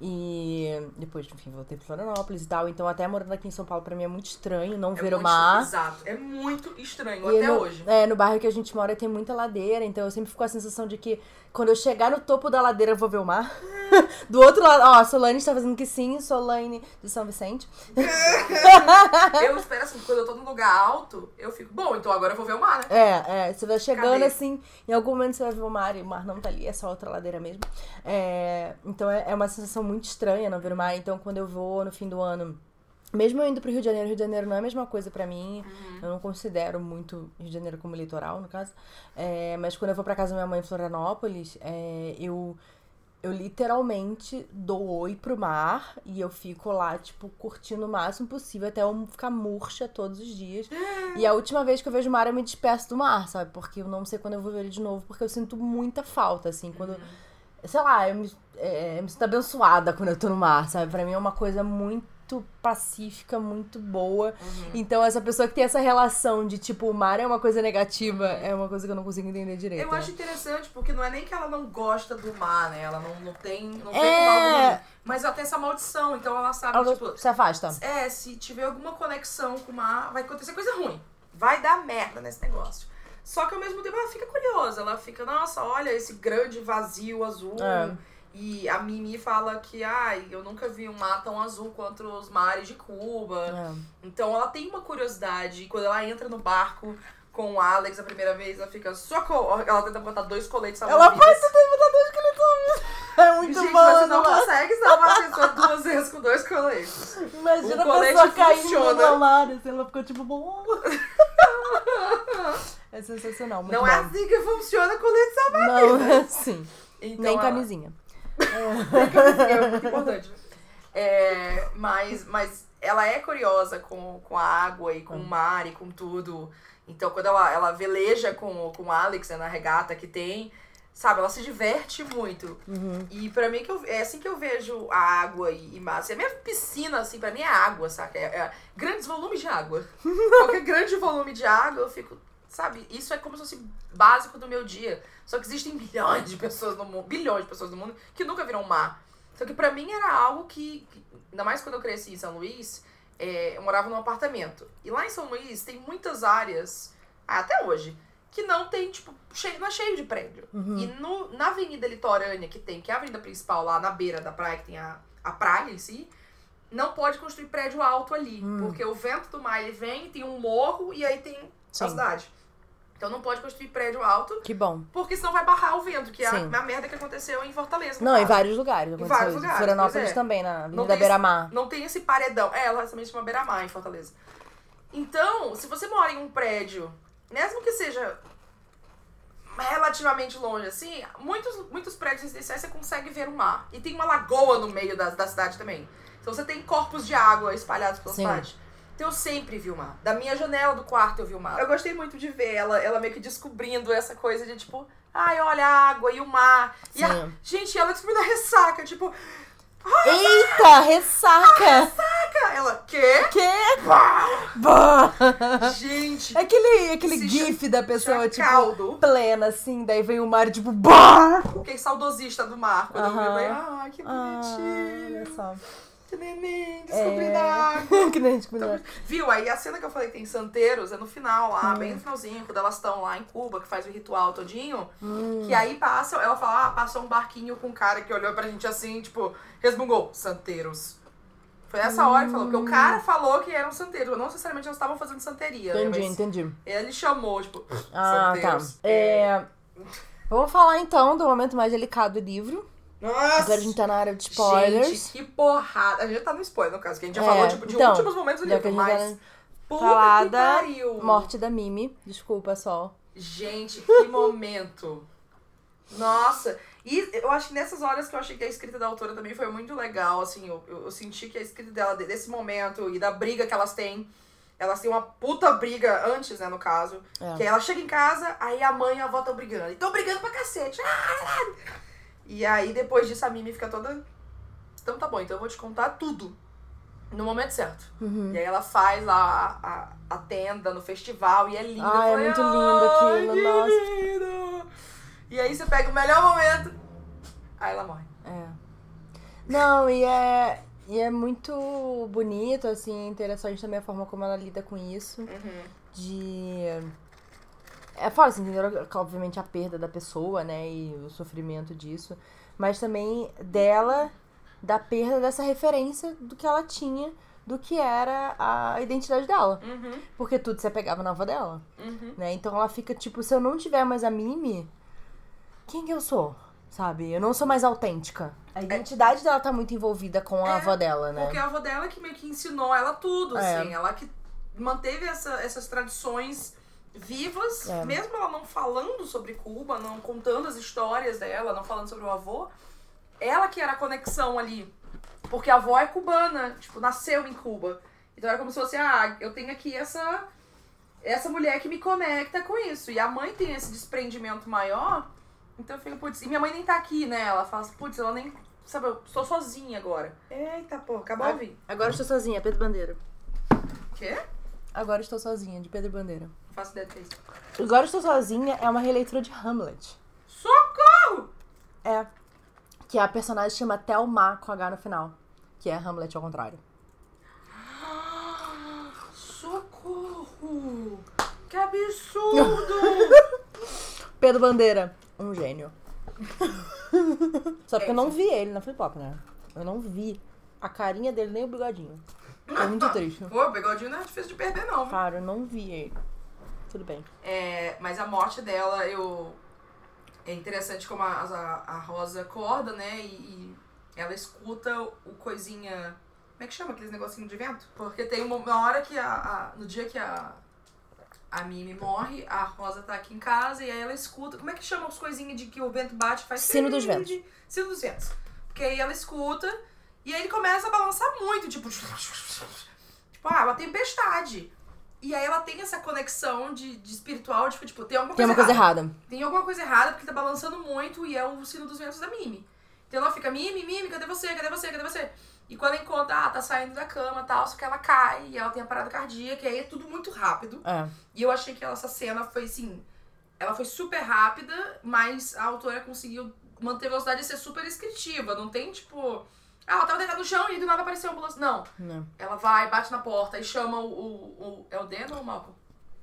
Speaker 1: E depois, enfim, voltei pra Florianópolis e tal. Então, até morando aqui em São Paulo, pra mim é muito estranho não
Speaker 2: É
Speaker 1: ver o
Speaker 2: muito-
Speaker 1: mar.
Speaker 2: Exato. É muito estranho
Speaker 1: E
Speaker 2: até
Speaker 1: no,
Speaker 2: hoje.
Speaker 1: É, no bairro que a gente mora tem muita ladeira, então eu sempre fico com a sensação de que quando eu chegar no topo da ladeira eu vou ver o mar.
Speaker 2: Hum.
Speaker 1: Do outro lado, ó, a Solane está fazendo que sim, Solane de São Vicente.
Speaker 2: Eu espero assim, quando eu tô num lugar alto, eu fico, bom, então agora eu vou ver o mar, né?
Speaker 1: É, é, você vai chegando
Speaker 2: Cadê?
Speaker 1: assim, em algum momento você vai ver o mar e o mar não tá ali, é só outra ladeira mesmo. É, então é, é uma sensação muito estranha não ver o mar. Então quando eu vou no fim do ano, mesmo eu indo pro Rio de Janeiro, Rio de Janeiro não é a mesma coisa pra mim. Eu não considero muito Rio de Janeiro como litoral, no caso. É, mas quando eu vou pra casa da minha mãe em Florianópolis, é, eu. Eu literalmente dou oi pro mar e eu fico lá, tipo, curtindo o máximo possível até eu ficar murcha todos os dias. E a última vez que eu vejo o mar, eu me despeço do mar, sabe? Porque eu não sei quando eu vou ver ele de novo, porque eu sinto muita falta, assim, quando.
Speaker 2: Uhum.
Speaker 1: Sei lá, eu me, é, eu me sinto abençoada quando eu tô no mar, sabe? Pra mim é uma coisa muito pacífica, muito boa.
Speaker 2: Uhum.
Speaker 1: Então, essa pessoa que tem essa relação de, tipo, o mar é uma coisa negativa, é uma coisa que eu não consigo entender direito.
Speaker 2: Uhum. Eu
Speaker 1: né?
Speaker 2: acho interessante, porque não é nem que ela não gosta do mar, né? Ela não, não tem. Não vê
Speaker 1: É.
Speaker 2: como algo ruim. Mas ela tem essa maldição, então ela sabe,
Speaker 1: Ela
Speaker 2: tipo.
Speaker 1: se afasta.
Speaker 2: É, se tiver alguma conexão com o mar, vai acontecer coisa ruim. Vai dar merda nesse negócio. Só que ao mesmo tempo ela fica curiosa, ela fica, nossa, olha esse grande vazio azul.
Speaker 1: É.
Speaker 2: E a Mimi fala que, ai, eu nunca vi um mar tão azul quanto os mares de Cuba.
Speaker 1: É.
Speaker 2: Então ela tem uma curiosidade. e Quando ela entra no barco com o Alex a primeira vez, ela fica socorro. Ela tenta botar dois coletes
Speaker 1: Ela
Speaker 2: salva-vidas.
Speaker 1: É muito
Speaker 2: Gente,
Speaker 1: bom, né?
Speaker 2: você não
Speaker 1: Ana.
Speaker 2: consegue salvar a pessoa duas vezes com dois coletes.
Speaker 1: Imagina
Speaker 2: O
Speaker 1: a
Speaker 2: colete
Speaker 1: pessoa caindo no
Speaker 2: Um funciona.
Speaker 1: mar, assim, ela ficou tipo... bom. é sensacional, muito
Speaker 2: não
Speaker 1: bom.
Speaker 2: é assim que funciona colete salva
Speaker 1: Não é assim.
Speaker 2: então,
Speaker 1: Nem
Speaker 2: ela-
Speaker 1: camisinha.
Speaker 2: Nem camisinha, é muito importante. É, mas, mas ela é curiosa com, com a água e com o mar e com tudo. Então quando ela, ela veleja com, com o Alex né, na regata que tem, sabe, ela se diverte muito.
Speaker 1: Uhum.
Speaker 2: E pra mim que eu, é assim que eu vejo a água e, e massa. E a minha piscina, assim, pra mim é água, saca? É, é grandes volumes de água. Qualquer grande volume de água, eu fico. Sabe, isso é como se fosse básico do meu dia. Só que existem bilhões de pessoas no mundo, bilhões de pessoas no mundo que nunca viram o mar. Só que pra mim era algo que, que- ainda mais quando eu cresci em São Luís, é, eu morava num apartamento. E lá em São Luís tem muitas áreas, até hoje, que não tem, tipo, cheio, não é cheio de prédio.
Speaker 1: Uhum.
Speaker 2: E no, na avenida litorânea que tem, que é a avenida principal lá na beira da praia, que tem a, a praia em si, não pode construir prédio alto ali.
Speaker 1: Hum.
Speaker 2: Porque o vento do mar ele vem, tem um morro e aí tem a
Speaker 1: Sim.
Speaker 2: cidade. Então não pode construir prédio alto,
Speaker 1: Que bom.
Speaker 2: porque senão vai barrar o vento, que é a,
Speaker 1: Sim.
Speaker 2: a merda que aconteceu em Fortaleza. no
Speaker 1: Não, em
Speaker 2: caso.
Speaker 1: vários lugares. aconteceu
Speaker 2: Ah. vários
Speaker 1: isso.
Speaker 2: lugares,
Speaker 1: Florianópolis
Speaker 2: pois é.
Speaker 1: também, na Avenida
Speaker 2: tem esse-
Speaker 1: Beira-Mar.
Speaker 2: Não tem esse paredão. É, ela também chama Beira-Mar em Fortaleza. Então, se você mora em um prédio, mesmo que seja relativamente longe, assim, muitos, muitos prédios residenciais você consegue ver o mar. E tem uma lagoa no meio da, da cidade também. Então você tem corpos de água espalhados pela
Speaker 1: Sim.
Speaker 2: cidade. Então eu sempre vi o mar. Da minha janela do quarto eu vi o mar. Eu gostei muito de ver ela, ela meio que descobrindo essa coisa de tipo, ai, olha a água e o mar. E a...
Speaker 1: Sim.
Speaker 2: Gente, ela que me dá ressaca, tipo,
Speaker 1: Eita, ressaca!
Speaker 2: "Ah", ela, quê?
Speaker 1: que?
Speaker 2: Pá!
Speaker 1: Bah!
Speaker 2: Gente,
Speaker 1: Aquele, aquele
Speaker 2: Esse
Speaker 1: gif da pessoa, tipo,
Speaker 2: caldo.
Speaker 1: plena, assim, daí vem o mar, tipo, bah!
Speaker 2: Fiquei saudosista do mar quando eu
Speaker 1: Aham.
Speaker 2: vi. eu falei, Ah, que
Speaker 1: Ah,
Speaker 2: bonitinho.
Speaker 1: olha só.
Speaker 2: que neném, descobrindo
Speaker 1: É.
Speaker 2: a água.
Speaker 1: que nem a gente combinou.
Speaker 2: Então, viu? Aí a cena que eu falei que tem santeiros é no final
Speaker 1: Hum.
Speaker 2: lá, bem no finalzinho, quando elas estão lá em Cuba, que faz o ritual todinho.
Speaker 1: Hum.
Speaker 2: Que aí passa, ela fala, ah, passou um barquinho com um cara que olhou pra gente assim, tipo, resmungou, santeiros. Foi nessa hora que falou, porque
Speaker 1: Hum.
Speaker 2: o cara falou que eram santeiros, mas não necessariamente eles estavam fazendo santeria. né?
Speaker 1: Entendi,
Speaker 2: Mas
Speaker 1: entendi.
Speaker 2: Ele chamou, tipo,
Speaker 1: Ah, tá.
Speaker 2: santeiros.
Speaker 1: É, Vamos falar então do momento mais delicado do livro.
Speaker 2: Nossa!
Speaker 1: Agora a gente tá na área de spoilers.
Speaker 2: Gente, que porrada. A gente tá no spoiler, no caso, que a gente já
Speaker 1: É,
Speaker 2: falou, tipo, de
Speaker 1: então,
Speaker 2: últimos momentos do
Speaker 1: já que a
Speaker 2: livro,
Speaker 1: gente
Speaker 2: mas...
Speaker 1: tá
Speaker 2: Puta que
Speaker 1: falada,
Speaker 2: pariu!
Speaker 1: na morte da Mimi. Desculpa, só.
Speaker 2: Gente, que momento! Nossa! E eu acho que nessas horas que eu achei que a escrita da autora também foi muito legal, assim, eu, eu, eu senti que a escrita dela, de- desse momento e da briga que elas têm, elas têm uma puta briga antes, né, no caso,
Speaker 1: É.
Speaker 2: que ela chega em casa, aí a mãe e a avó estão brigando, e estão brigando pra cacete! Ah! E aí, depois disso, a Mimi fica toda... Então tá bom, então eu vou te contar tudo, no momento certo.
Speaker 1: Uhum.
Speaker 2: E aí ela faz lá a, a, a tenda no festival e é lindo.
Speaker 1: Ai, é
Speaker 2: Eu
Speaker 1: muito
Speaker 2: falei,
Speaker 1: lindo aquilo,
Speaker 2: "Ai, que
Speaker 1: nossa."
Speaker 2: lindo. E aí você pega o melhor momento, aí ela morre.
Speaker 1: É. Não, e é, e é muito bonito, assim, interessante também a forma como ela lida com isso.
Speaker 2: Uhum,
Speaker 1: De. É fora, assim, entendeu? Obviamente a perda da pessoa, né? E o sofrimento disso. Mas também dela, da perda dessa referência do que ela tinha, do que era a identidade dela.
Speaker 2: Uhum.
Speaker 1: Porque tudo se apegava na avó dela,
Speaker 2: Uhum.
Speaker 1: né? Então ela fica tipo: se eu não tiver mais a Mimi, quem que eu sou? Sabe? Eu não sou mais autêntica. A identidade dela tá muito envolvida com a
Speaker 2: É,
Speaker 1: avó dela, né?
Speaker 2: Porque a avó dela que meio que ensinou ela tudo,
Speaker 1: É.
Speaker 2: assim. Ela que manteve essa- essas tradições vivas,
Speaker 1: É.
Speaker 2: mesmo ela não falando sobre Cuba, não contando as histórias dela, não falando sobre o avô. Ela que era a conexão ali. Porque a avó é cubana, tipo, nasceu em Cuba. Então era como se fosse, ah, eu tenho aqui essa essa mulher que me conecta com isso. E a mãe tem esse desprendimento maior. Então eu fico, putz, e minha mãe nem tá aqui, né? Ela fala, assim, putz, ela nem. Sabe, eu sou sozinha agora. Eita, pô, acabou
Speaker 1: Ah.
Speaker 2: de ouvir.
Speaker 1: Agora estou sozinha, Pedro Bandeira.
Speaker 2: Quê?
Speaker 1: Agora estou sozinha, de Pedro Bandeira.
Speaker 2: Não faço ideia do que é isso.
Speaker 1: Agora estou sozinha é uma releitura de Hamlet.
Speaker 2: Socorro!
Speaker 1: É. Que a personagem chama Thelma com H no final. Que é Hamlet ao contrário.
Speaker 2: Socorro! Que absurdo!
Speaker 1: Pedro Bandeira, um gênio. Só porque eu não vi ele na flip Flip-Flop, né? Eu não vi a carinha dele nem o bigodinho. É muito triste.
Speaker 2: Pô, o bigodinho não é difícil de perder, não. viu?
Speaker 1: Cara, eu não vi ele. Tudo bem.
Speaker 2: É, mas a morte dela, eu. É interessante como a, a, a Rosa acorda, né? E, e ela escuta o coisinha. Como é que chama aqueles negocinho de vento? Porque tem uma, uma hora que a, a- No dia que a. A Mimi morre, a Rosa tá aqui em casa e aí ela escuta. Como é que chama as coisinhas de que o vento bate e faz.
Speaker 1: Sino dos ventos.
Speaker 2: Sino dos ventos. Porque aí ela escuta e aí ele começa a balançar muito, tipo. Tipo, ah, uma tempestade. E aí ela tem essa conexão de, de espiritual, tipo, tipo, tem alguma
Speaker 1: Tem
Speaker 2: coisa,
Speaker 1: uma coisa
Speaker 2: errada.
Speaker 1: errada.
Speaker 2: Tem alguma coisa errada porque tá balançando muito e é o sino dos ventos da Mimi. Então ela fica, Mimi, Mimi, cadê você? Cadê você? Cadê você? E quando encontra, ah, tá saindo da cama e tal, só que ela cai e ela tem a parada cardíaca, e aí é tudo muito rápido.
Speaker 1: É.
Speaker 2: E eu achei que essa cena foi assim. Ela foi super rápida, mas a autora conseguiu manter a velocidade e ser super descritiva. Não tem tipo. Ah, ela tava deitada no chão e do nada apareceu a ambulância. Não.
Speaker 1: Não.
Speaker 2: Ela vai, bate na porta e chama o. o, o- é o Dan ou o Malcolm?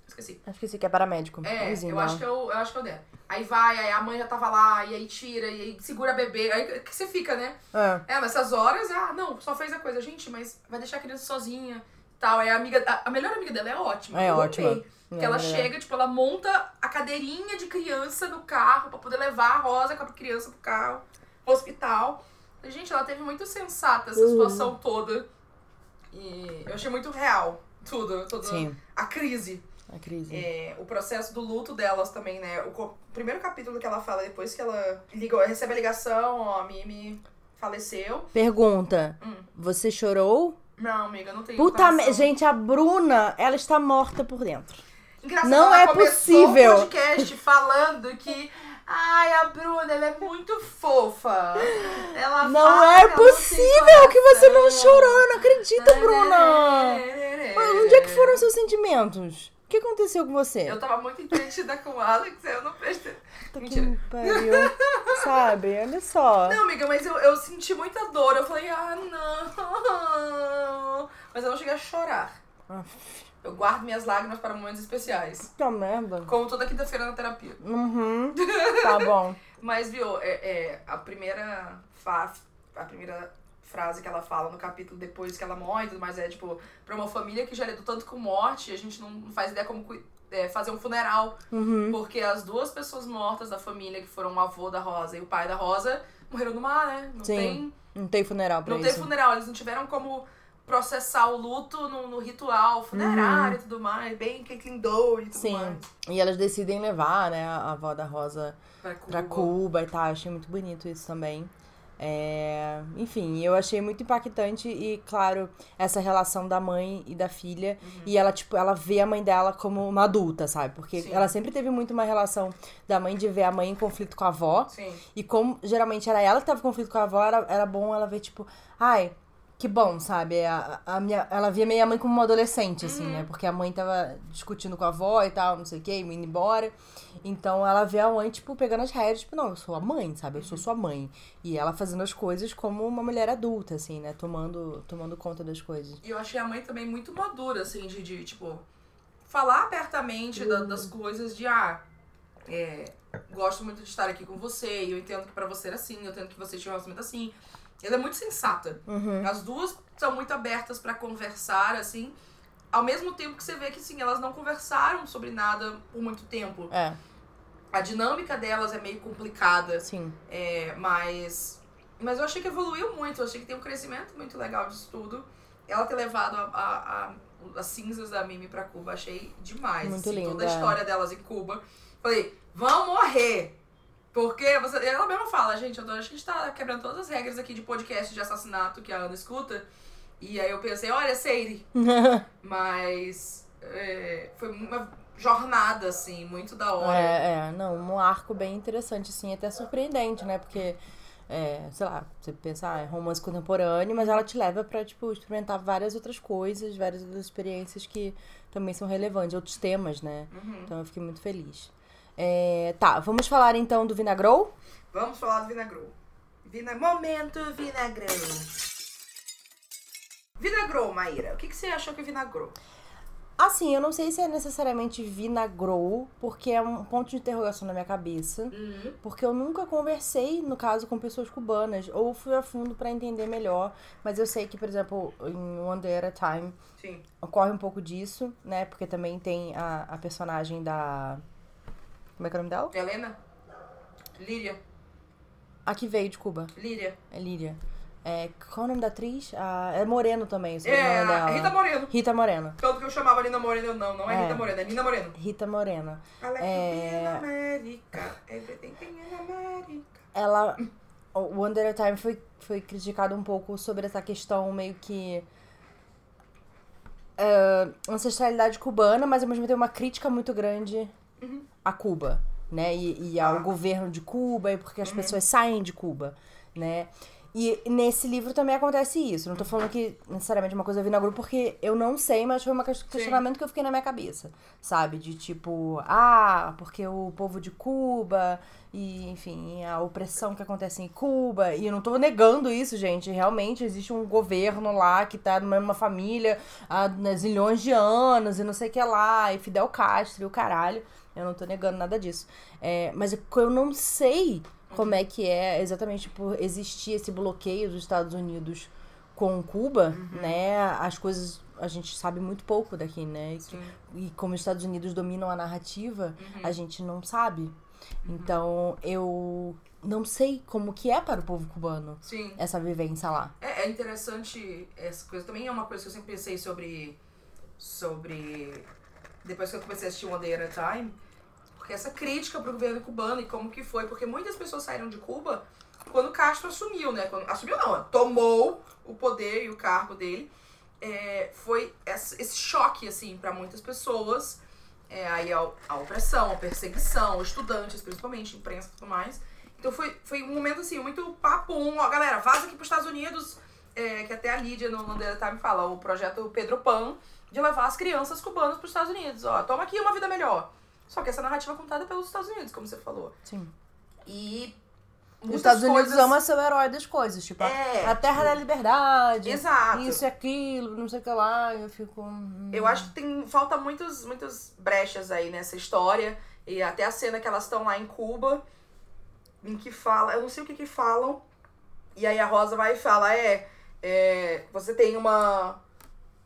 Speaker 2: Esqueci.
Speaker 1: Acho que esse aqui é paramédico.
Speaker 2: É,
Speaker 1: Vizinho
Speaker 2: eu
Speaker 1: lá.
Speaker 2: acho, que é o, eu acho que é o Dan. Aí vai, aí a mãe já tava lá, e aí tira, e aí segura a bebê. Aí que você fica, né?
Speaker 1: É.
Speaker 2: É, mas essas horas, ah, não, só fez a coisa. Gente, mas vai deixar a criança sozinha e tal. É a amiga. A, a melhor amiga dela é ótima.
Speaker 1: É
Speaker 2: eu
Speaker 1: ótima.
Speaker 2: amei. Porque ela
Speaker 1: É.
Speaker 2: chega, tipo, ela monta a cadeirinha de criança no carro pra poder levar a Rosa com a criança pro carro, pro hospital. Gente, ela teve muito sensata essa
Speaker 1: Uhum.
Speaker 2: situação toda. E eu achei muito real tudo, toda
Speaker 1: Sim,
Speaker 2: a crise.
Speaker 1: a crise.
Speaker 2: É, o processo do luto delas também, né? O co- primeiro capítulo que ela fala, depois que ela liga, recebe a ligação, ó, a Mimi faleceu.
Speaker 1: Pergunta:
Speaker 2: Hum.
Speaker 1: Você chorou?
Speaker 2: Não, amiga, não tem
Speaker 1: Puta
Speaker 2: me...
Speaker 1: merda. Gente, a Bruna, ela está morta por dentro.
Speaker 2: Engraçado,
Speaker 1: Não
Speaker 2: ela
Speaker 1: é
Speaker 2: começou
Speaker 1: possível.
Speaker 2: o podcast falando que. Ai, a Bruna, ela é muito fofa. Ela
Speaker 1: Não
Speaker 2: fala
Speaker 1: é
Speaker 2: que ela tem
Speaker 1: possível que você não
Speaker 2: coração.
Speaker 1: chorou, eu não acredito,
Speaker 2: É.
Speaker 1: Bruna! Mas onde é que foram seus sentimentos? O que aconteceu com você?
Speaker 2: Eu tava muito entretida com o Alex, eu não prestei.
Speaker 1: Puta que
Speaker 2: Mentira.
Speaker 1: pariu. Sabe, olha só.
Speaker 2: Não, amiga, mas eu, eu senti muita dor. Eu falei, ah, não. Mas eu não cheguei a chorar.
Speaker 1: Aff,
Speaker 2: Eu guardo minhas lágrimas para momentos especiais.
Speaker 1: Puta merda.
Speaker 2: Como toda quinta-feira na terapia.
Speaker 1: Uhum. Tá bom.
Speaker 2: Mas, viu, é, é, a primeira fa a primeira frase que ela fala no capítulo depois que ela morre e tudo mais é, tipo, pra uma família que já lidou tanto com morte, a gente não faz ideia como cui- é, fazer um funeral.
Speaker 1: Uhum.
Speaker 2: Porque as duas pessoas mortas da família, que foram o avô da Rosa e o pai da Rosa, morreram no mar, né? Não
Speaker 1: Sim.
Speaker 2: tem
Speaker 1: Não tem funeral pra
Speaker 2: Não
Speaker 1: isso.
Speaker 2: teve funeral, eles não tiveram como processar o luto no, no ritual funerário e tudo mais, bem quem lindou e tudo
Speaker 1: Uhum. Sim.
Speaker 2: mais.
Speaker 1: E elas decidem levar, né, a avó da Rosa
Speaker 2: Pra Cuba.
Speaker 1: pra Cuba e tal. Achei muito bonito isso também. É, Enfim, eu achei muito impactante e, claro, essa relação da mãe e da filha.
Speaker 2: Uhum.
Speaker 1: E ela, tipo, ela vê a mãe dela como uma adulta, sabe? Porque
Speaker 2: Sim.
Speaker 1: ela sempre teve muito uma relação da mãe de ver a mãe em conflito com a avó.
Speaker 2: Sim.
Speaker 1: E como geralmente era ela que tava em conflito com a avó, era, era bom ela ver, tipo, ai, Que bom, sabe? A, a minha, ela via minha mãe como uma adolescente, assim, né? Porque a mãe tava discutindo com a avó e tal, não sei o quê, indo embora. Então ela vê a mãe, tipo, pegando as rédeas, tipo, não, eu sou a mãe, sabe? Eu sou sua mãe. E ela fazendo as coisas como uma mulher adulta, assim, né? Tomando, tomando conta das coisas.
Speaker 2: E eu achei a mãe também muito madura, assim, de, de, tipo, falar abertamente da- das coisas, de ah, é, gosto muito de estar aqui com você, e eu entendo que pra você era assim, eu entendo que você tinha um relacionamento assim. Ela é muito sensata.
Speaker 1: Uhum.
Speaker 2: As duas são muito abertas pra conversar, assim, ao mesmo tempo que você vê que, sim, elas não conversaram sobre nada por muito tempo.
Speaker 1: É,
Speaker 2: A dinâmica delas é meio complicada,
Speaker 1: sim.
Speaker 2: é, mas. Mas eu achei que evoluiu muito, eu achei que tem um crescimento muito legal disso tudo. Ela ter levado a, a- a- as cinzas da Mimi pra Cuba, achei demais.
Speaker 1: Muito
Speaker 2: assim,
Speaker 1: lindo,
Speaker 2: Toda a
Speaker 1: é.
Speaker 2: história delas em Cuba. Falei, vão morrer! Porque você- ela mesma fala, gente, eu tô- a gente tá quebrando todas as regras aqui de podcast de assassinato que a Ana escuta. E aí eu pensei, olha, Seire, mas é, foi uma jornada, assim, muito da hora.
Speaker 1: É, é, não, um arco bem interessante, assim, até surpreendente, né? Porque, é, sei lá, você pensa, ah, é romance contemporâneo, mas ela te leva pra, tipo, experimentar várias outras coisas, várias outras experiências que também são relevantes, outros temas, né?
Speaker 2: Uhum.
Speaker 1: Então eu fiquei muito feliz. É, tá, vamos falar então do Vinagrou?
Speaker 2: Vamos falar do Vinagrou. Vina... Momento Vinagrou. Vinagrou, Maíra. O que, que você achou que vinagrou?
Speaker 1: Assim, eu não sei se é necessariamente Vinagrou, porque é um ponto de interrogação na minha cabeça.
Speaker 2: Uhum.
Speaker 1: Porque eu nunca conversei, no caso, com pessoas cubanas, ou fui a fundo pra entender melhor. Mas eu sei que, por exemplo, em One Day at a Time
Speaker 2: Sim.
Speaker 1: ocorre um pouco disso, né? Porque também tem a, a personagem da. Como é que é o nome dela?
Speaker 2: Helena? Líria.
Speaker 1: A que veio de Cuba,
Speaker 2: Líria.
Speaker 1: é Líria. É, qual é o nome da atriz? Ah, é Moreno também,
Speaker 2: É,
Speaker 1: sobre o nome
Speaker 2: a
Speaker 1: dela. né?
Speaker 2: Rita Moreno.
Speaker 1: Rita Moreno.
Speaker 2: Tanto que eu chamava Nina Moreno, eu não, não é,
Speaker 1: É.
Speaker 2: Rita Moreno, é Nina Moreno.
Speaker 1: Rita Moreno.
Speaker 2: Ela
Speaker 1: É.
Speaker 2: é América, everything in América.
Speaker 1: ela. O Under Time foi, foi criticado um pouco sobre essa questão meio que. eh, ancestralidade cubana, mas ao mesmo tempo uma crítica muito grande a Cuba, né? E, e ao
Speaker 2: Ah.
Speaker 1: governo de Cuba, e porque as pessoas saem de Cuba, né? E nesse livro também acontece isso. Não tô falando que necessariamente é uma coisa vindo a grupo, porque eu não sei, mas foi um questionamento que eu fiquei na minha cabeça, sabe? De tipo, ah, porque o povo de Cuba, e enfim, a opressão que acontece em Cuba. E eu não tô negando isso, gente. Realmente existe um governo lá que tá numa mesma família há né, zilhões de anos e não sei o que lá, e Fidel Castro e o caralho. Eu não tô negando nada disso. É, mas é que eu não sei como é que é exatamente por existir esse bloqueio dos Estados Unidos com Cuba,
Speaker 2: Uhum.
Speaker 1: né? As coisas a gente sabe muito pouco daqui, né? E, que-
Speaker 2: Sim.
Speaker 1: e como os Estados Unidos dominam a narrativa,
Speaker 2: Uhum.
Speaker 1: a gente não sabe. Então eu não sei como que é para o povo cubano
Speaker 2: Sim.
Speaker 1: essa vivência lá.
Speaker 2: É, é interessante essa coisa. Também é uma coisa que eu sempre pensei sobre. Sobre. Depois que eu comecei a assistir One Day at a Time. Porque essa crítica pro governo cubano e como que foi. Porque muitas pessoas saíram de Cuba quando Castro assumiu, né? Quando, assumiu não, tomou o poder e o cargo dele. É, foi essa- esse choque, assim, para muitas pessoas. É, aí a, a opressão, a perseguição, estudantes, principalmente, imprensa e tudo mais. Então foi, foi um momento, assim, muito papum. Ó, galera, vaza aqui pros Estados Unidos. É, que até a Lídia no Landeira Time fala, o projeto Pedro Pan, de levar as crianças cubanas pros Estados Unidos. Ó, toma aqui uma vida melhor. Só que essa narrativa é contada pelos Estados Unidos, como você falou.
Speaker 1: Sim.
Speaker 2: E
Speaker 1: Os
Speaker 2: muitas
Speaker 1: Estados Unidos
Speaker 2: coisas-
Speaker 1: ama ser o herói das coisas, tipo, a-
Speaker 2: É,
Speaker 1: a terra da liberdade.
Speaker 2: exato.
Speaker 1: Isso e aquilo, não sei o que lá, eu fico. hum,
Speaker 2: Eu acho que tem falta muitos, muitas brechas aí nessa história. E até a cena que elas estão lá em Cuba, em que fala, eu não sei o que que falam. E aí a Rosa vai e fala, é, é, você tem uma,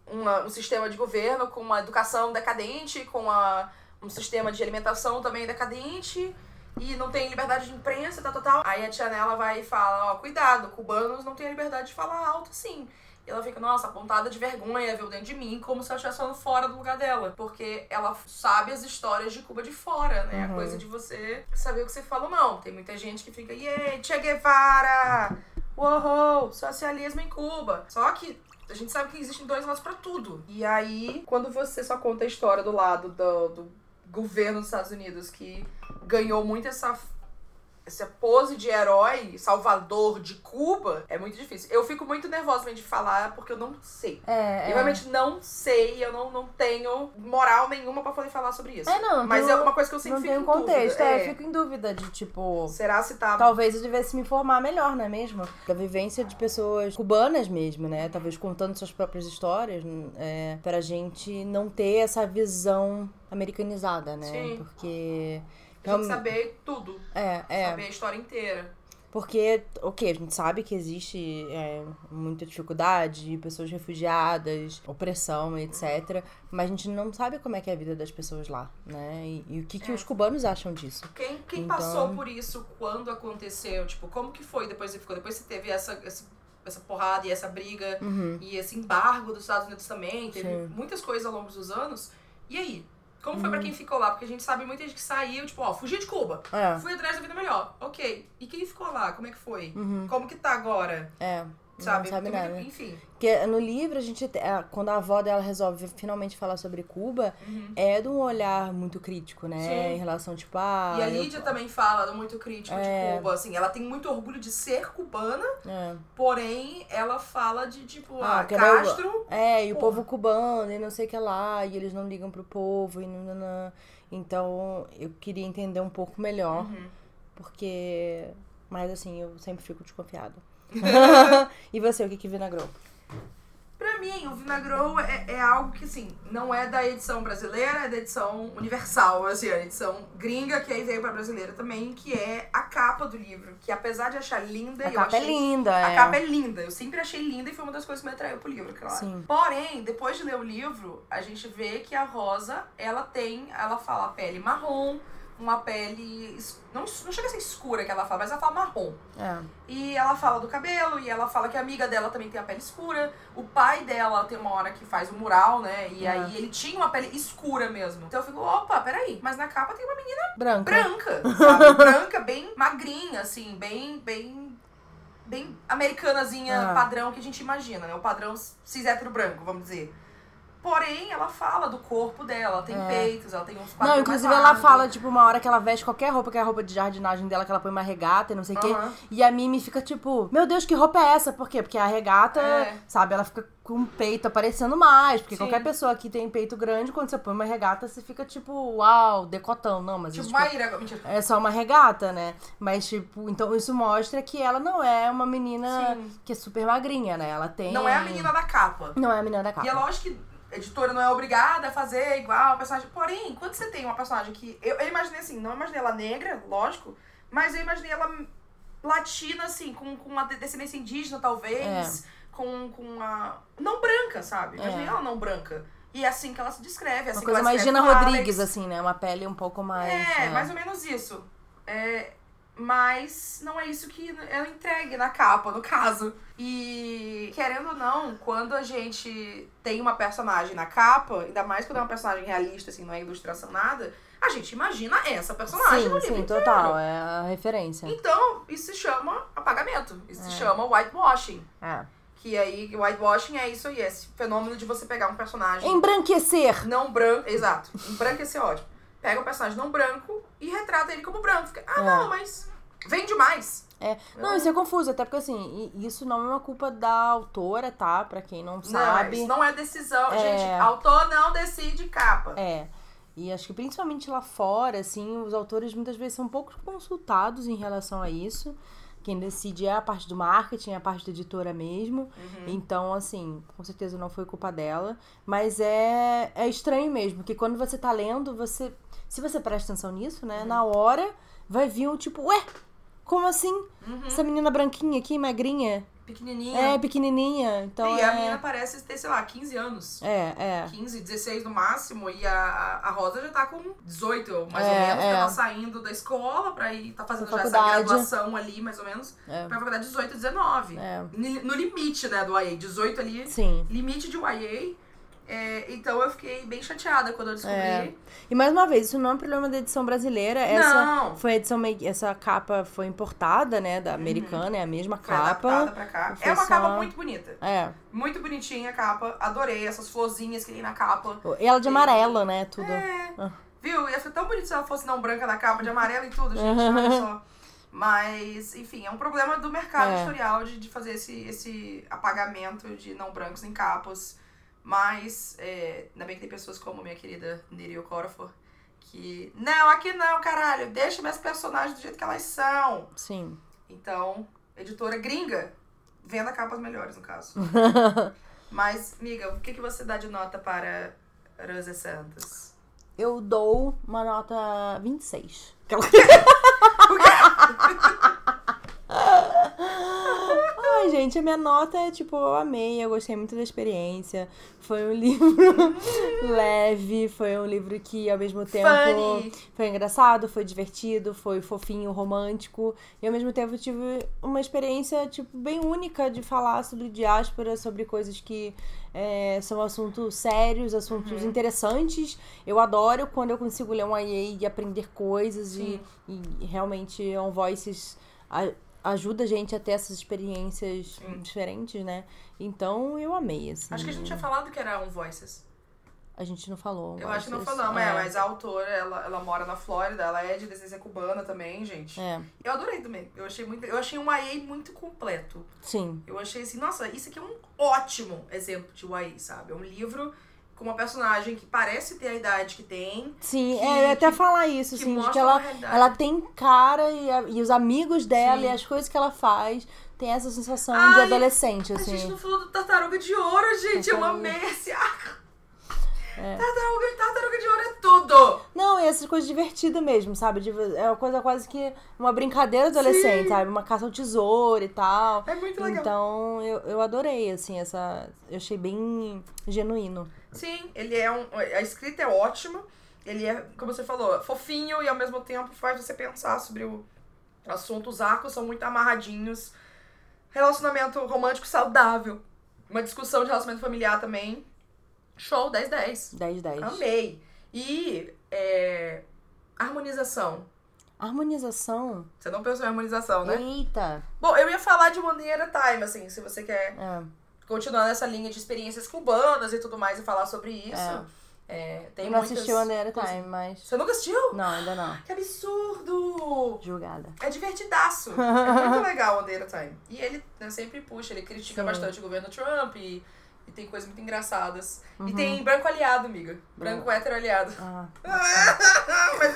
Speaker 2: uma- um sistema de governo com uma educação decadente, com uma, um sistema de alimentação também decadente, e não tem liberdade de imprensa, tal, tal, tal. Aí a tia Nela vai e fala, ó, cuidado, cubanos não têm liberdade de falar alto assim. E ela fica, nossa, apontada de vergonha, viu, dentro de mim, como se ela estivesse falando fora do lugar dela. Porque ela sabe as histórias de Cuba de fora, né?
Speaker 1: Uhum.
Speaker 2: A coisa de você saber o que você fala ou não. Tem muita gente que fica, yay, Che Guevara! Uou, socialismo em Cuba. Só que a gente sabe que existem dois lados pra tudo. E aí, quando você só conta a história do lado do, do governo dos Estados Unidos, que ganhou muito essa, essa pose de herói, salvador de Cuba, é muito difícil. Eu fico muito nervosa mesmo de falar porque eu não sei.
Speaker 1: É,
Speaker 2: Eu realmente não sei, eu não, não tenho moral nenhuma pra poder falar sobre isso.
Speaker 1: É, não,
Speaker 2: Mas
Speaker 1: não-
Speaker 2: é uma coisa que eu sempre
Speaker 1: não
Speaker 2: fico
Speaker 1: tem um
Speaker 2: em dúvida.
Speaker 1: contexto. É,
Speaker 2: É.
Speaker 1: fico em dúvida de tipo.
Speaker 2: Será se tá
Speaker 1: Talvez eu devesse me informar melhor, não é mesmo? Da vivência de pessoas cubanas mesmo, né? Talvez contando suas próprias histórias, n- é, pra gente não ter essa visão americanizada, né?
Speaker 2: Sim.
Speaker 1: Porque.
Speaker 2: Tem que saber tudo.
Speaker 1: É, é.
Speaker 2: Saber a história inteira.
Speaker 1: Porque, ok, a gente sabe que existe é, muita dificuldade, pessoas refugiadas, opressão, etc. Mas a gente não sabe como é que é a vida das pessoas lá, né? E, e o que, que
Speaker 2: É.
Speaker 1: os cubanos acham disso.
Speaker 2: Quem, quem
Speaker 1: Então-
Speaker 2: passou por isso quando aconteceu? Tipo, como que foi depois que ficou? Depois você teve essa, esse- essa porrada e essa briga
Speaker 1: Uhum.
Speaker 2: e esse embargo dos Estados Unidos também. Teve
Speaker 1: Sim. Uhum.
Speaker 2: muitas coisas ao longo dos anos. E aí? Como foi pra quem ficou lá? Porque a gente sabe muita gente que saiu, tipo, ó, fugi de Cuba.
Speaker 1: É,
Speaker 2: Fui atrás da vida melhor. Ok. E quem ficou lá? Como é que foi?
Speaker 1: Uhum.
Speaker 2: Como que tá agora?
Speaker 1: é.
Speaker 2: Sabe?
Speaker 1: Não sabe
Speaker 2: Tem muita-
Speaker 1: nada.
Speaker 2: Enfim.
Speaker 1: Porque no livro, a gente. te- a- Quando a avó dela resolve finalmente falar sobre Cuba,
Speaker 2: Uhum.
Speaker 1: é de um olhar muito crítico, né?
Speaker 2: Sim.
Speaker 1: Em relação, tipo, ah.
Speaker 2: e a
Speaker 1: eu-
Speaker 2: Lídia também fala muito crítica
Speaker 1: É.
Speaker 2: de Cuba, assim, ela tem muito orgulho de ser cubana,
Speaker 1: É.
Speaker 2: porém ela fala de tipo,
Speaker 1: Ah,
Speaker 2: ah,
Speaker 1: que era o-
Speaker 2: Castro,
Speaker 1: É, e o
Speaker 2: Porra.
Speaker 1: povo cubano, e não sei o que lá, e eles não ligam pro povo, e nananã. Então, eu queria entender um pouco melhor,
Speaker 2: Uhum.
Speaker 1: porque. Mas assim, eu sempre fico desconfiada. e você, o que que vinagrou?
Speaker 2: Pra mim, o Vinagrou é, é algo que, assim, não é da edição brasileira, é da edição universal, assim, a edição gringa, que aí veio pra brasileira também, que é a capa do livro. Que apesar de achar linda,
Speaker 1: A
Speaker 2: eu
Speaker 1: capa é
Speaker 2: achei
Speaker 1: linda,
Speaker 2: A
Speaker 1: é.
Speaker 2: capa é linda, eu sempre achei linda e foi uma das coisas que me atraiu pro livro, claro.
Speaker 1: Sim.
Speaker 2: Porém, depois de ler o livro, a gente vê que a Rosa, ela tem, ela fala pele marrom, uma pele, es- não, não chega a ser escura que ela fala, mas ela fala marrom.
Speaker 1: É.
Speaker 2: E ela fala do cabelo, e ela fala que a amiga dela também tem a pele escura. O pai dela tem uma hora que faz o mural, né? E
Speaker 1: É.
Speaker 2: aí ele tinha uma pele escura mesmo. Então eu fico, opa, peraí. Mas na capa tem uma menina
Speaker 1: Branca.
Speaker 2: branca, sabe? branca, bem magrinha, assim, bem, bem, bem americanazinha
Speaker 1: Ah.
Speaker 2: padrão que a gente imagina, né? O padrão cis hétero branco, vamos dizer. Porém, ela fala do corpo dela, ela tem
Speaker 1: É.
Speaker 2: peitos, ela tem uns quadril
Speaker 1: Não,
Speaker 2: mais
Speaker 1: inclusive ela
Speaker 2: largo.
Speaker 1: fala, tipo, uma hora que ela veste qualquer roupa, que é a roupa de jardinagem dela, que ela põe uma regata e não sei o quê.
Speaker 2: Aham.
Speaker 1: E a Mimi fica tipo, meu Deus, que roupa é essa? Por quê? Porque a regata,
Speaker 2: É.
Speaker 1: sabe, ela fica com o peito aparecendo mais. Porque
Speaker 2: Sim.
Speaker 1: qualquer pessoa que tem peito grande, quando você põe uma regata, você fica tipo, uau, decotão. Não, mas
Speaker 2: Tipo,
Speaker 1: isso,
Speaker 2: Maíra, mentira.
Speaker 1: é só uma regata, né? Mas, tipo, então isso mostra que ela não é uma menina
Speaker 2: Sim.
Speaker 1: que é super magrinha, né? Ela tem.
Speaker 2: Não é a menina da capa.
Speaker 1: Não é a menina da capa.
Speaker 2: E é lógico que a editora não é obrigada a fazer igual a personagem. Porém, quando você tem uma personagem que. Eu, eu imaginei assim, não imaginei ela negra, lógico, mas eu imaginei ela latina, assim, com, com uma de- descendência indígena, talvez. Com, com uma. Não branca, sabe? Imaginei
Speaker 1: É.
Speaker 2: ela não branca. E é assim que ela se descreve. é
Speaker 1: uma coisa
Speaker 2: assim que ela
Speaker 1: mais
Speaker 2: escreve
Speaker 1: Gina
Speaker 2: pro Alex.
Speaker 1: Rodrigues, assim, né? Uma pele um pouco mais.
Speaker 2: É,
Speaker 1: né?
Speaker 2: mais ou menos isso. É, mas não é isso que ela entregue na capa, no caso. E querendo ou não, quando a gente tem uma personagem na capa, ainda mais quando é uma personagem realista, assim, não é ilustração nada, a gente imagina essa personagem
Speaker 1: Sim,
Speaker 2: no livro
Speaker 1: sim,
Speaker 2: inteiro.
Speaker 1: total. É a referência.
Speaker 2: Então, isso se chama apagamento. Isso se chama whitewashing.
Speaker 1: É.
Speaker 2: Que aí, whitewashing é isso aí, é esse fenômeno de você pegar um personagem
Speaker 1: Embranquecer.
Speaker 2: não branco. Exato. um Branco esse ódio. Pega o personagem não branco e retrata ele como branco. Fica, ah,
Speaker 1: É.
Speaker 2: não, mas vem demais.
Speaker 1: Não, isso é confuso, até porque assim, i- isso não é uma culpa da autora, tá? Pra quem não
Speaker 2: Não,
Speaker 1: sabe.
Speaker 2: isso não é decisão.
Speaker 1: É.
Speaker 2: Gente, autor não decide capa.
Speaker 1: É. E acho que principalmente lá fora, assim, os autores muitas vezes são pouco consultados em relação a isso. Quem decide é a parte do marketing, é a parte da editora mesmo.
Speaker 2: Uhum.
Speaker 1: Então, assim, com certeza não foi culpa dela. Mas é, é estranho mesmo, que quando você tá lendo, você. Se você presta atenção nisso, né? Na hora vai vir um tipo, ué, como assim?
Speaker 2: Uhum.
Speaker 1: Essa menina branquinha aqui, magrinha?
Speaker 2: Pequenininha.
Speaker 1: É, pequenininha. Então
Speaker 2: e
Speaker 1: é...
Speaker 2: a menina parece ter, sei lá, 15 anos.
Speaker 1: É, é.
Speaker 2: 15, 16 no máximo, e a, a Rosa já tá com 18, mais ou
Speaker 1: É,
Speaker 2: menos, que
Speaker 1: é.
Speaker 2: ela tá saindo da escola pra ir, tá fazendo
Speaker 1: Pra
Speaker 2: já essa
Speaker 1: faculdade.
Speaker 2: graduação ali, mais ou menos,
Speaker 1: É.
Speaker 2: pra faculdade 18, 19.
Speaker 1: É.
Speaker 2: Ni- No limite, né, do AE, 18 ali,
Speaker 1: Sim.
Speaker 2: limite de YA. É, então eu fiquei bem chateada quando eu descobri.
Speaker 1: É. E mais uma vez, isso não é um problema da edição brasileira. É, Essa
Speaker 2: Não! Uhum.
Speaker 1: foi a edição meio... Essa capa foi importada, né? Da americana, é a mesma
Speaker 2: Foi
Speaker 1: capa.
Speaker 2: adaptada pra cá.
Speaker 1: foi
Speaker 2: É uma
Speaker 1: só-
Speaker 2: capa muito bonita.
Speaker 1: É.
Speaker 2: Muito bonitinha a capa. Adorei essas florzinhas que tem na capa.
Speaker 1: E ela de amarela, né? Tudo.
Speaker 2: É.
Speaker 1: Ah.
Speaker 2: um Viu? Ia ser tão bonito se ela fosse não branca na capa, de amarelo e tudo, gente. Olha só. Mas, enfim, é um problema do mercado
Speaker 1: É.
Speaker 2: editorial de, de fazer esse, esse apagamento de não brancos em capas. Mas, é, ainda bem que tem pessoas como minha querida Neri Okorafor, que... Não, aqui não, caralho. Deixa minhas personagens do jeito que elas são.
Speaker 1: Sim.
Speaker 2: Então, editora gringa, venda capas melhores, no caso. Mas, miga, o que, que você dá de nota para Rosa Santos?
Speaker 1: Eu dou uma nota 26. Ai, gente, a minha nota é tipo, eu amei, eu gostei muito da experiência. Foi um livro leve, foi um livro que ao mesmo tempo
Speaker 2: Funny!
Speaker 1: foi engraçado, foi divertido, foi fofinho, romântico. E ao mesmo tempo eu tive uma experiência, tipo, bem única de falar sobre diáspora, sobre coisas que é, são assuntos sérios, assuntos
Speaker 2: Uhum.
Speaker 1: interessantes. Eu adoro quando eu consigo ler um IA e aprender coisas. E, e realmente On Voices a- ajuda a gente a ter essas experiências
Speaker 2: Sim.
Speaker 1: diferentes, né? Então eu amei, assim.
Speaker 2: Acho que a gente tinha falado que era um Voices.
Speaker 1: A gente não falou. On
Speaker 2: Eu acho que não
Speaker 1: Voices.
Speaker 2: falamos, é,
Speaker 1: É,
Speaker 2: mas a autora, ela, ela mora na Flórida, ela é de descendência cubana também, gente.
Speaker 1: É,
Speaker 2: Eu adorei também. Eu achei muito. Eu achei um YA muito completo.
Speaker 1: sim.
Speaker 2: Eu achei assim, nossa, isso aqui é um ótimo exemplo de YA, sabe? É um livro com uma personagem que parece ter a idade que tem.
Speaker 1: Sim,
Speaker 2: Que-
Speaker 1: é, eu ia até
Speaker 2: que-
Speaker 1: falar isso,
Speaker 2: que
Speaker 1: assim, de
Speaker 2: mostra
Speaker 1: que ela
Speaker 2: uma realidade.
Speaker 1: Ela tem cara e, a- e os amigos dela
Speaker 2: Sim.
Speaker 1: e as coisas que ela faz. Tem essa sensação de
Speaker 2: Ai,
Speaker 1: adolescente,
Speaker 2: A gente
Speaker 1: assim.
Speaker 2: não falou do Tartaruga de Ouro, gente. Eu
Speaker 1: Tartaruga.
Speaker 2: amei esse arco.
Speaker 1: É.
Speaker 2: Tartaruga, tartaruga de Ouro é tudo.
Speaker 1: Não, e essas coisas divertidas mesmo, sabe? De- é uma coisa quase que uma brincadeira adolescente, sabe? Uma caça ao tesouro e tal.
Speaker 2: É muito legal.
Speaker 1: Então, eu, eu adorei, assim, essa. Eu achei bem genuíno.
Speaker 2: Sim, ele é um. A escrita é ótima. Ele é, como você falou, fofinho e ao mesmo tempo faz você pensar sobre o assunto. Os arcos são muito amarradinhos. Relacionamento romântico saudável. Uma discussão de relacionamento familiar também. Show, 10-10.
Speaker 1: 10 10.
Speaker 2: Amei. E é, harmonização.
Speaker 1: Harmonização.
Speaker 2: Você não pensou em harmonização,
Speaker 1: Hum.
Speaker 2: né?
Speaker 1: Eita!
Speaker 2: Bom, eu ia falar de maneira time, assim, se você quer
Speaker 1: É,
Speaker 2: continuar nessa linha de experiências cubanas e tudo mais e falar sobre isso. É, tem
Speaker 1: eu não
Speaker 2: muitas
Speaker 1: assisti o Under
Speaker 2: coisas-
Speaker 1: Time, mas.
Speaker 2: Você nunca assistiu?
Speaker 1: Não, ainda não.
Speaker 2: Que absurdo!
Speaker 1: Julgada.
Speaker 2: É divertidaço. é muito legal o Under Time. E ele né, sempre puxa, ele critica
Speaker 1: Sim.
Speaker 2: bastante o governo Trump e, e tem coisas muito engraçadas. E
Speaker 1: Uhum.
Speaker 2: tem branco aliado, amiga. Branco hétero aliado.
Speaker 1: Ah.
Speaker 2: Mas,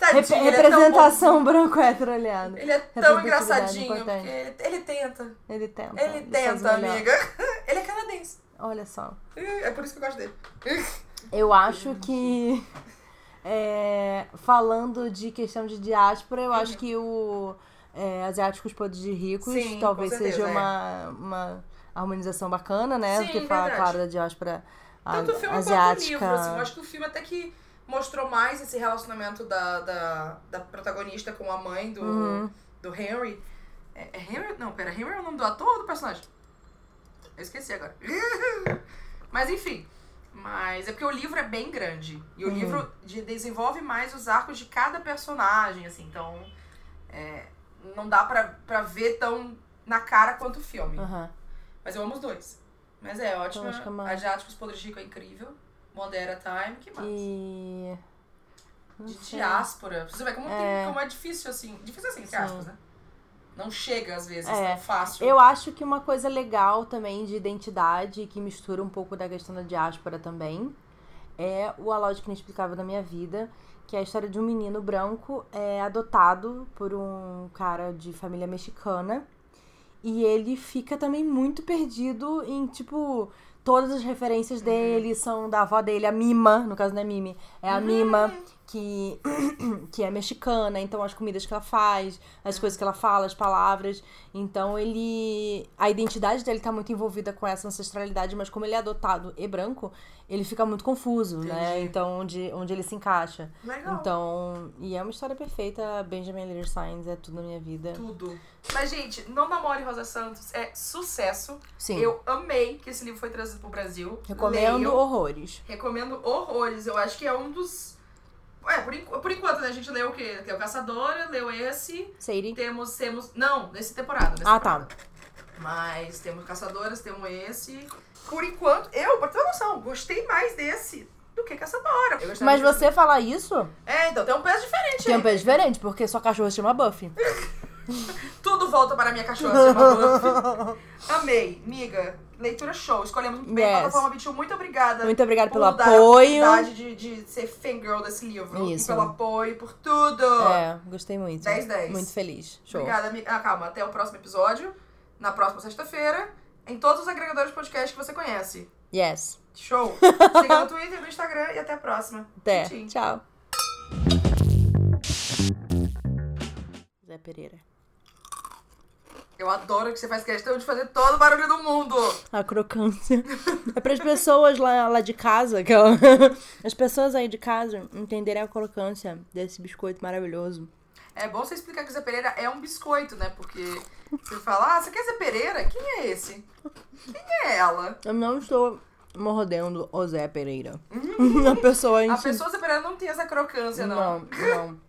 Speaker 2: tadinho,
Speaker 1: Rep-
Speaker 2: ele é tão bom.
Speaker 1: representação branco hétero aliado.
Speaker 2: Ele é tão
Speaker 1: Representatividade
Speaker 2: engraçadinho,
Speaker 1: importante. Tá
Speaker 2: porque ele, ele tenta.
Speaker 1: Ele tenta.
Speaker 2: Ele
Speaker 1: faz o
Speaker 2: tenta,
Speaker 1: melhor.
Speaker 2: amiga. Ele é canadense.
Speaker 1: Olha só.
Speaker 2: É por isso que eu gosto dele.
Speaker 1: Eu acho que. é, falando de questão de diáspora, eu acho que o é, Asiáticos Podres de Ricos
Speaker 2: Sim,
Speaker 1: talvez
Speaker 2: com certeza,
Speaker 1: seja
Speaker 2: é.
Speaker 1: uma, uma harmonização bacana, né?
Speaker 2: Sim,
Speaker 1: Porque fala,
Speaker 2: verdade.
Speaker 1: claro, da diáspora a-
Speaker 2: Tanto o filme quanto o
Speaker 1: asiática.
Speaker 2: livro, assim. Eu acho que o filme até que mostrou mais esse relacionamento da, da, da protagonista com a mãe do,
Speaker 1: Uhum.
Speaker 2: do Henry. É, é Henry? Não, pera, Henry é o nome do ator ou do personagem? Eu esqueci agora. Mas enfim. Mas é porque o livro é bem grande. E o
Speaker 1: Uhum.
Speaker 2: livro de- desenvolve mais os arcos de cada personagem, assim. Então, é, não dá pra, pra ver tão na cara quanto o filme.
Speaker 1: Aham.
Speaker 2: Mas eu amo os dois. Mas é ótimo.
Speaker 1: Então, acho que é uma-
Speaker 2: Asiáticos Podres de Rico é incrível. Modera Time, que mais?
Speaker 1: E. não
Speaker 2: é De
Speaker 1: sei.
Speaker 2: diáspora. Você vê como, tem-
Speaker 1: É.
Speaker 2: como é difícil assim. Difícil assim, entre
Speaker 1: Sim.
Speaker 2: aspas, né? Não chega às vezes
Speaker 1: É.
Speaker 2: tão fácil.
Speaker 1: Eu acho que uma coisa legal também de identidade, que mistura um pouco da questão da diáspora também, é o A Lógica Inexplicável da Minha Vida, que é a história de um menino branco é, adotado por um cara de família mexicana. E ele fica também muito perdido em, tipo, todas as referências dele são da avó dele, a Mima, no caso não é Mimi, é
Speaker 2: Uhum.
Speaker 1: a Mima, que, que é mexicana, então as comidas que ela faz, as coisas que ela fala, as palavras. Então ele. A identidade dele tá muito envolvida com essa ancestralidade, mas como ele é adotado e branco, ele fica muito confuso, né?
Speaker 2: Entendi.
Speaker 1: Então, onde, onde ele se encaixa.
Speaker 2: Legal.
Speaker 1: Então, e é uma história perfeita. Benjamin Little Signs é tudo na minha vida.
Speaker 2: Tudo. Mas, gente, Não Namore Rosa Santos é sucesso.
Speaker 1: Sim.
Speaker 2: Eu amei que esse livro foi trazido pro Brasil.
Speaker 1: recomendo
Speaker 2: Leiam.
Speaker 1: horrores.
Speaker 2: Recomendo horrores. Eu acho que é um dos. É, por, enqu- por enquanto, né? A gente leu o quê? Leu Caçadora, leu esse.
Speaker 1: Sadie.
Speaker 2: Temos, temos. Não, nessa temporada. Nessa
Speaker 1: Ah, tá.
Speaker 2: Mas temos Caçadoras, temos esse. Por enquanto, eu, pra ter uma noção, gostei mais desse do que Caçadora. Eu gostava
Speaker 1: Mas
Speaker 2: desse.
Speaker 1: você falar isso
Speaker 2: É, então tem um peso diferente.
Speaker 1: tem um
Speaker 2: aí.
Speaker 1: peso diferente, porque sua cachorra se chama Buffy.
Speaker 2: Tudo volta para a minha cachorra, se chama Buffy. Amei, miga. Leitura show. Escolhemos muito bem.
Speaker 1: Yes.
Speaker 2: Plataforma Bitil, muito obrigada.
Speaker 1: Muito obrigada
Speaker 2: por
Speaker 1: pelo
Speaker 2: dar
Speaker 1: apoio.
Speaker 2: A oportunidade de, de ser fangirl desse livro.
Speaker 1: Isso.
Speaker 2: E pelo apoio, por tudo.
Speaker 1: É, gostei muito.
Speaker 2: 10, 10.
Speaker 1: Muito feliz. Show.
Speaker 2: Obrigada, amiga. Ah, calma. Até o próximo episódio. Na próxima sexta-feira. Em todos os agregadores de podcast que você conhece.
Speaker 1: Yes.
Speaker 2: Show! Siga no Twitter, no Instagram e até a próxima.
Speaker 1: Até.
Speaker 2: Tchim, tchim.
Speaker 1: Tchau. Zé Pereira.
Speaker 2: Eu adoro que você faz questão de fazer todo o barulho do mundo.
Speaker 1: A crocância. É para as pessoas lá, lá de casa, que eu... as pessoas aí de casa entenderem a crocância desse biscoito maravilhoso.
Speaker 2: É bom você explicar que o Zé Pereira é um biscoito, né? Porque você fala, ah, você quer Zé Pereira? Quem é esse? Quem é ela?
Speaker 1: Eu não estou mordendo o Zé Pereira. a pessoa, a gente...
Speaker 2: A pessoa Zé Pereira não tem essa crocância,
Speaker 1: não, não.